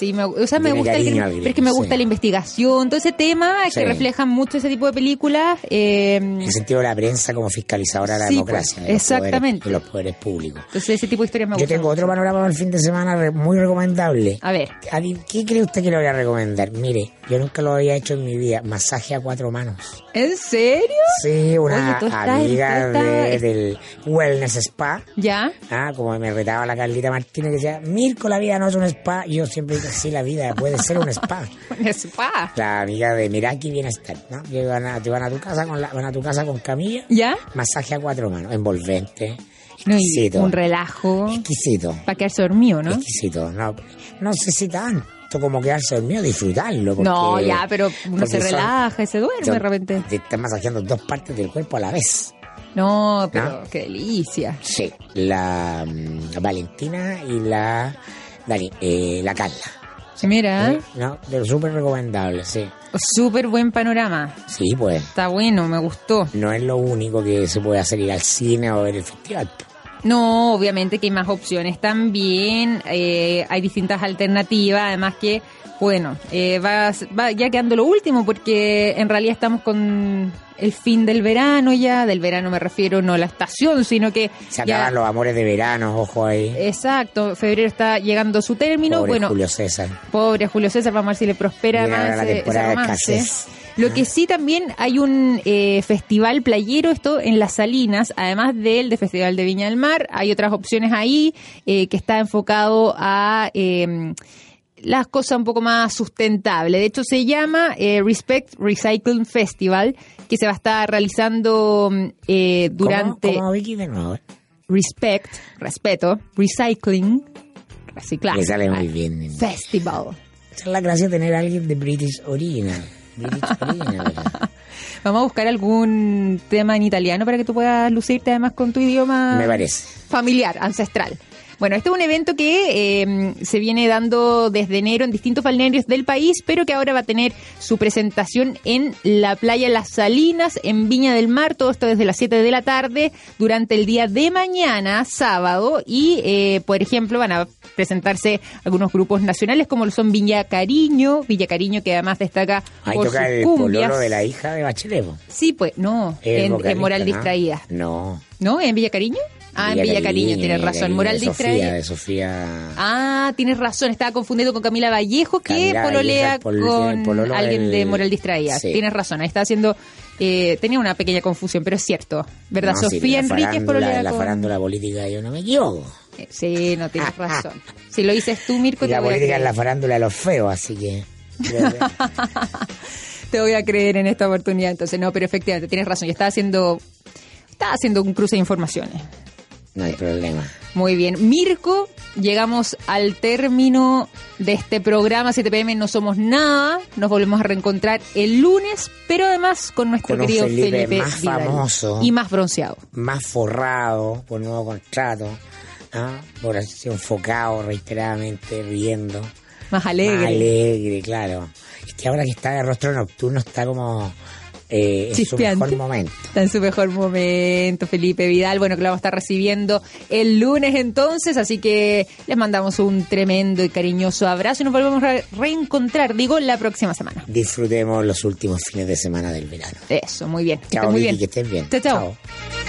[SPEAKER 1] Sí, me, o sea, me
[SPEAKER 2] Tiene
[SPEAKER 1] gusta el
[SPEAKER 2] cariño
[SPEAKER 1] crimen,
[SPEAKER 2] al
[SPEAKER 1] pero es que me gusta
[SPEAKER 2] sí.
[SPEAKER 1] la investigación, todo ese tema
[SPEAKER 2] Sí.
[SPEAKER 1] que reflejan mucho ese tipo de películas. eh,
[SPEAKER 2] En el sentido de la prensa como fiscalizadora de la
[SPEAKER 1] Sí,
[SPEAKER 2] democracia.
[SPEAKER 1] pues,
[SPEAKER 2] de los poderes-
[SPEAKER 1] exactamente.
[SPEAKER 2] de los poderes públicos.
[SPEAKER 1] entonces ese tipo de historias me
[SPEAKER 2] Yo
[SPEAKER 1] gustan.
[SPEAKER 2] tengo otro panorama para el fin de semana re- muy recomendable.
[SPEAKER 1] A ver,
[SPEAKER 2] ¿A mí, ¿Qué cree usted que le voy a recomendar? Mire, yo nunca lo había hecho en mi vida. Masaje a cuatro manos.
[SPEAKER 1] ¿en serio?
[SPEAKER 2] Sí,
[SPEAKER 1] Oye,
[SPEAKER 2] una
[SPEAKER 1] tú estás-
[SPEAKER 2] amiga
[SPEAKER 1] tú
[SPEAKER 2] de-
[SPEAKER 1] estás-
[SPEAKER 2] del Wellness Spa.
[SPEAKER 1] ¿Ya?
[SPEAKER 2] Ah, como me retaba la Carlita Martínez que decía, Mirko, la vida no es un spa. Y Yo siempre digo, sí, la vida puede ser un spa.
[SPEAKER 1] Un spa.
[SPEAKER 2] La amiga de Miraki Bienestar, ¿no? Que van a, te van a tu casa con la, van a tu casa con camilla,
[SPEAKER 1] ¿Ya?
[SPEAKER 2] masaje a cuatro manos, envolvente,
[SPEAKER 1] No, y
[SPEAKER 2] exquisito,
[SPEAKER 1] un relajo
[SPEAKER 2] exquisito.
[SPEAKER 1] para quedarse dormido, ¿no?
[SPEAKER 2] exquisito. No, no sé si tanto como quedarse dormido, disfrutarlo. porque-
[SPEAKER 1] No, ya, pero uno
[SPEAKER 2] porque
[SPEAKER 1] se
[SPEAKER 2] son-
[SPEAKER 1] relaja y se duerme
[SPEAKER 2] son-
[SPEAKER 1] de repente.
[SPEAKER 2] Te están masajeando dos partes del cuerpo a la vez.
[SPEAKER 1] No, pero
[SPEAKER 2] ¿No?
[SPEAKER 1] qué delicia.
[SPEAKER 2] Sí, la mm, Valentina y la, Dani- eh, la Carla.
[SPEAKER 1] Mira,
[SPEAKER 2] Sí, No, pero súper recomendable, sí.
[SPEAKER 1] súper buen panorama.
[SPEAKER 2] Sí, pues.
[SPEAKER 1] Está bueno, me gustó.
[SPEAKER 2] No es lo único que se puede hacer ir al cine o ver el festival.
[SPEAKER 1] No, obviamente que hay más opciones también, eh, hay distintas alternativas, además que, bueno, eh, va, va ya quedando lo último, porque en realidad estamos con el fin del verano ya, del verano me refiero no a la estación, sino que...
[SPEAKER 2] Se
[SPEAKER 1] ya-
[SPEAKER 2] acaban los amores de verano, ojo ahí.
[SPEAKER 1] Exacto, febrero está llegando a su término,
[SPEAKER 2] Pobre
[SPEAKER 1] bueno,
[SPEAKER 2] Julio César.
[SPEAKER 1] Pobre Julio César, vamos a ver si le prospera
[SPEAKER 2] Llegará
[SPEAKER 1] más
[SPEAKER 2] la
[SPEAKER 1] eh, ese
[SPEAKER 2] temporada de
[SPEAKER 1] romance.
[SPEAKER 2] escasez.
[SPEAKER 1] Lo que sí también hay un eh, festival playero, esto en Las Salinas, además del de Festival de Viña del Mar, hay otras opciones ahí eh, que está enfocado a eh, las cosas un poco más sustentables. De hecho se llama eh, Respect Recycling Festival, que se va a estar realizando eh,
[SPEAKER 2] ¿Cómo?
[SPEAKER 1] durante...
[SPEAKER 2] ¿Cómo, Vicky de nuevo? eh?
[SPEAKER 1] Respect, respeto, Recycling, reciclar. Ah,
[SPEAKER 2] Le sale muy bien. Esa
[SPEAKER 1] Festival.
[SPEAKER 2] es la gracia de tener a alguien de British Original. British Original. ¿verdad?
[SPEAKER 1] Vamos a buscar algún tema en italiano para que tú puedas lucirte además con tu idioma
[SPEAKER 2] Me parece.
[SPEAKER 1] familiar, ancestral. Bueno, este es un evento que eh, se viene dando desde enero en distintos balnearios del país, pero que ahora va a tener su presentación en la playa Las Salinas, en Viña del Mar, todo esto desde las 7 de la tarde, durante el día de mañana, sábado, y eh, por ejemplo van a presentarse algunos grupos nacionales como lo son Viña Cariño, Villa Cariño que además destaca
[SPEAKER 2] Ahí
[SPEAKER 1] por
[SPEAKER 2] toca
[SPEAKER 1] sus
[SPEAKER 2] el
[SPEAKER 1] cumbias.
[SPEAKER 2] pololo de la hija de Bachelet. po.
[SPEAKER 1] Sí, pues, no,
[SPEAKER 2] El
[SPEAKER 1] en, en
[SPEAKER 2] vocalista,
[SPEAKER 1] Moral
[SPEAKER 2] ¿no?
[SPEAKER 1] Distraída.
[SPEAKER 2] No.
[SPEAKER 1] ¿No? ¿En Villa Cariño? Ah, en Villa Cariño, tienes
[SPEAKER 2] Villa
[SPEAKER 1] razón.
[SPEAKER 2] Cariño,
[SPEAKER 1] Moral
[SPEAKER 2] de Sofía,
[SPEAKER 1] Distraída.
[SPEAKER 2] De Sofía.
[SPEAKER 1] Ah, tienes razón, estaba confundido con Camila Vallejo que
[SPEAKER 2] Camila
[SPEAKER 1] pololea
[SPEAKER 2] Vallejo, pol-
[SPEAKER 1] con
[SPEAKER 2] el pololo
[SPEAKER 1] alguien
[SPEAKER 2] del-
[SPEAKER 1] de Moral Distraída.
[SPEAKER 2] Sí.
[SPEAKER 1] Tienes razón, ahí está haciendo... eh, tenía una pequeña confusión, pero es cierto, ¿verdad?
[SPEAKER 2] No, sí,
[SPEAKER 1] Sofía
[SPEAKER 2] la
[SPEAKER 1] Enríquez
[SPEAKER 2] farándula-
[SPEAKER 1] pololea
[SPEAKER 2] La
[SPEAKER 1] con...
[SPEAKER 2] farándula Ah, política, yo no me equivoco.
[SPEAKER 1] Eh, Sí, no tienes razón. Si lo dices tú, Mirko,
[SPEAKER 2] Y
[SPEAKER 1] te
[SPEAKER 2] la
[SPEAKER 1] voy, a
[SPEAKER 2] política
[SPEAKER 1] creer,
[SPEAKER 2] es la farándula de los feos, así que.
[SPEAKER 1] te voy a creer en esta oportunidad. Entonces, no, pero efectivamente, tienes razón. Y estaba haciendo, estaba haciendo un cruce de informaciones.
[SPEAKER 2] no hay problema.
[SPEAKER 1] Muy bien. Mirko, llegamos al término de este programa 7pm No Somos Nada. Nos volvemos a reencontrar el lunes, pero además con nuestro
[SPEAKER 2] Con un
[SPEAKER 1] querido
[SPEAKER 2] Felipe
[SPEAKER 1] Felipe,
[SPEAKER 2] más
[SPEAKER 1] Vidal.
[SPEAKER 2] famoso.
[SPEAKER 1] y más bronceado.
[SPEAKER 2] Más forrado por nuevo contrato. ¿ah? Por así enfocado reiteradamente, riendo.
[SPEAKER 1] Más alegre.
[SPEAKER 2] Más alegre, claro. Es que ahora que está de rostro nocturno está como eh, en su
[SPEAKER 1] Chispeante.
[SPEAKER 2] mejor momento.
[SPEAKER 1] Está en su mejor momento, Felipe Vidal. Bueno, que lo vamos a estar recibiendo el lunes entonces, así que les mandamos un tremendo y cariñoso abrazo y nos volvemos a reencontrar, digo, la próxima semana.
[SPEAKER 2] Disfrutemos los últimos fines de semana del verano.
[SPEAKER 1] Eso, muy bien. Que
[SPEAKER 2] Chao,
[SPEAKER 1] estén muy
[SPEAKER 2] Vicky,
[SPEAKER 1] bien.
[SPEAKER 2] que estés bien.
[SPEAKER 1] Chao, chao.
[SPEAKER 2] chao.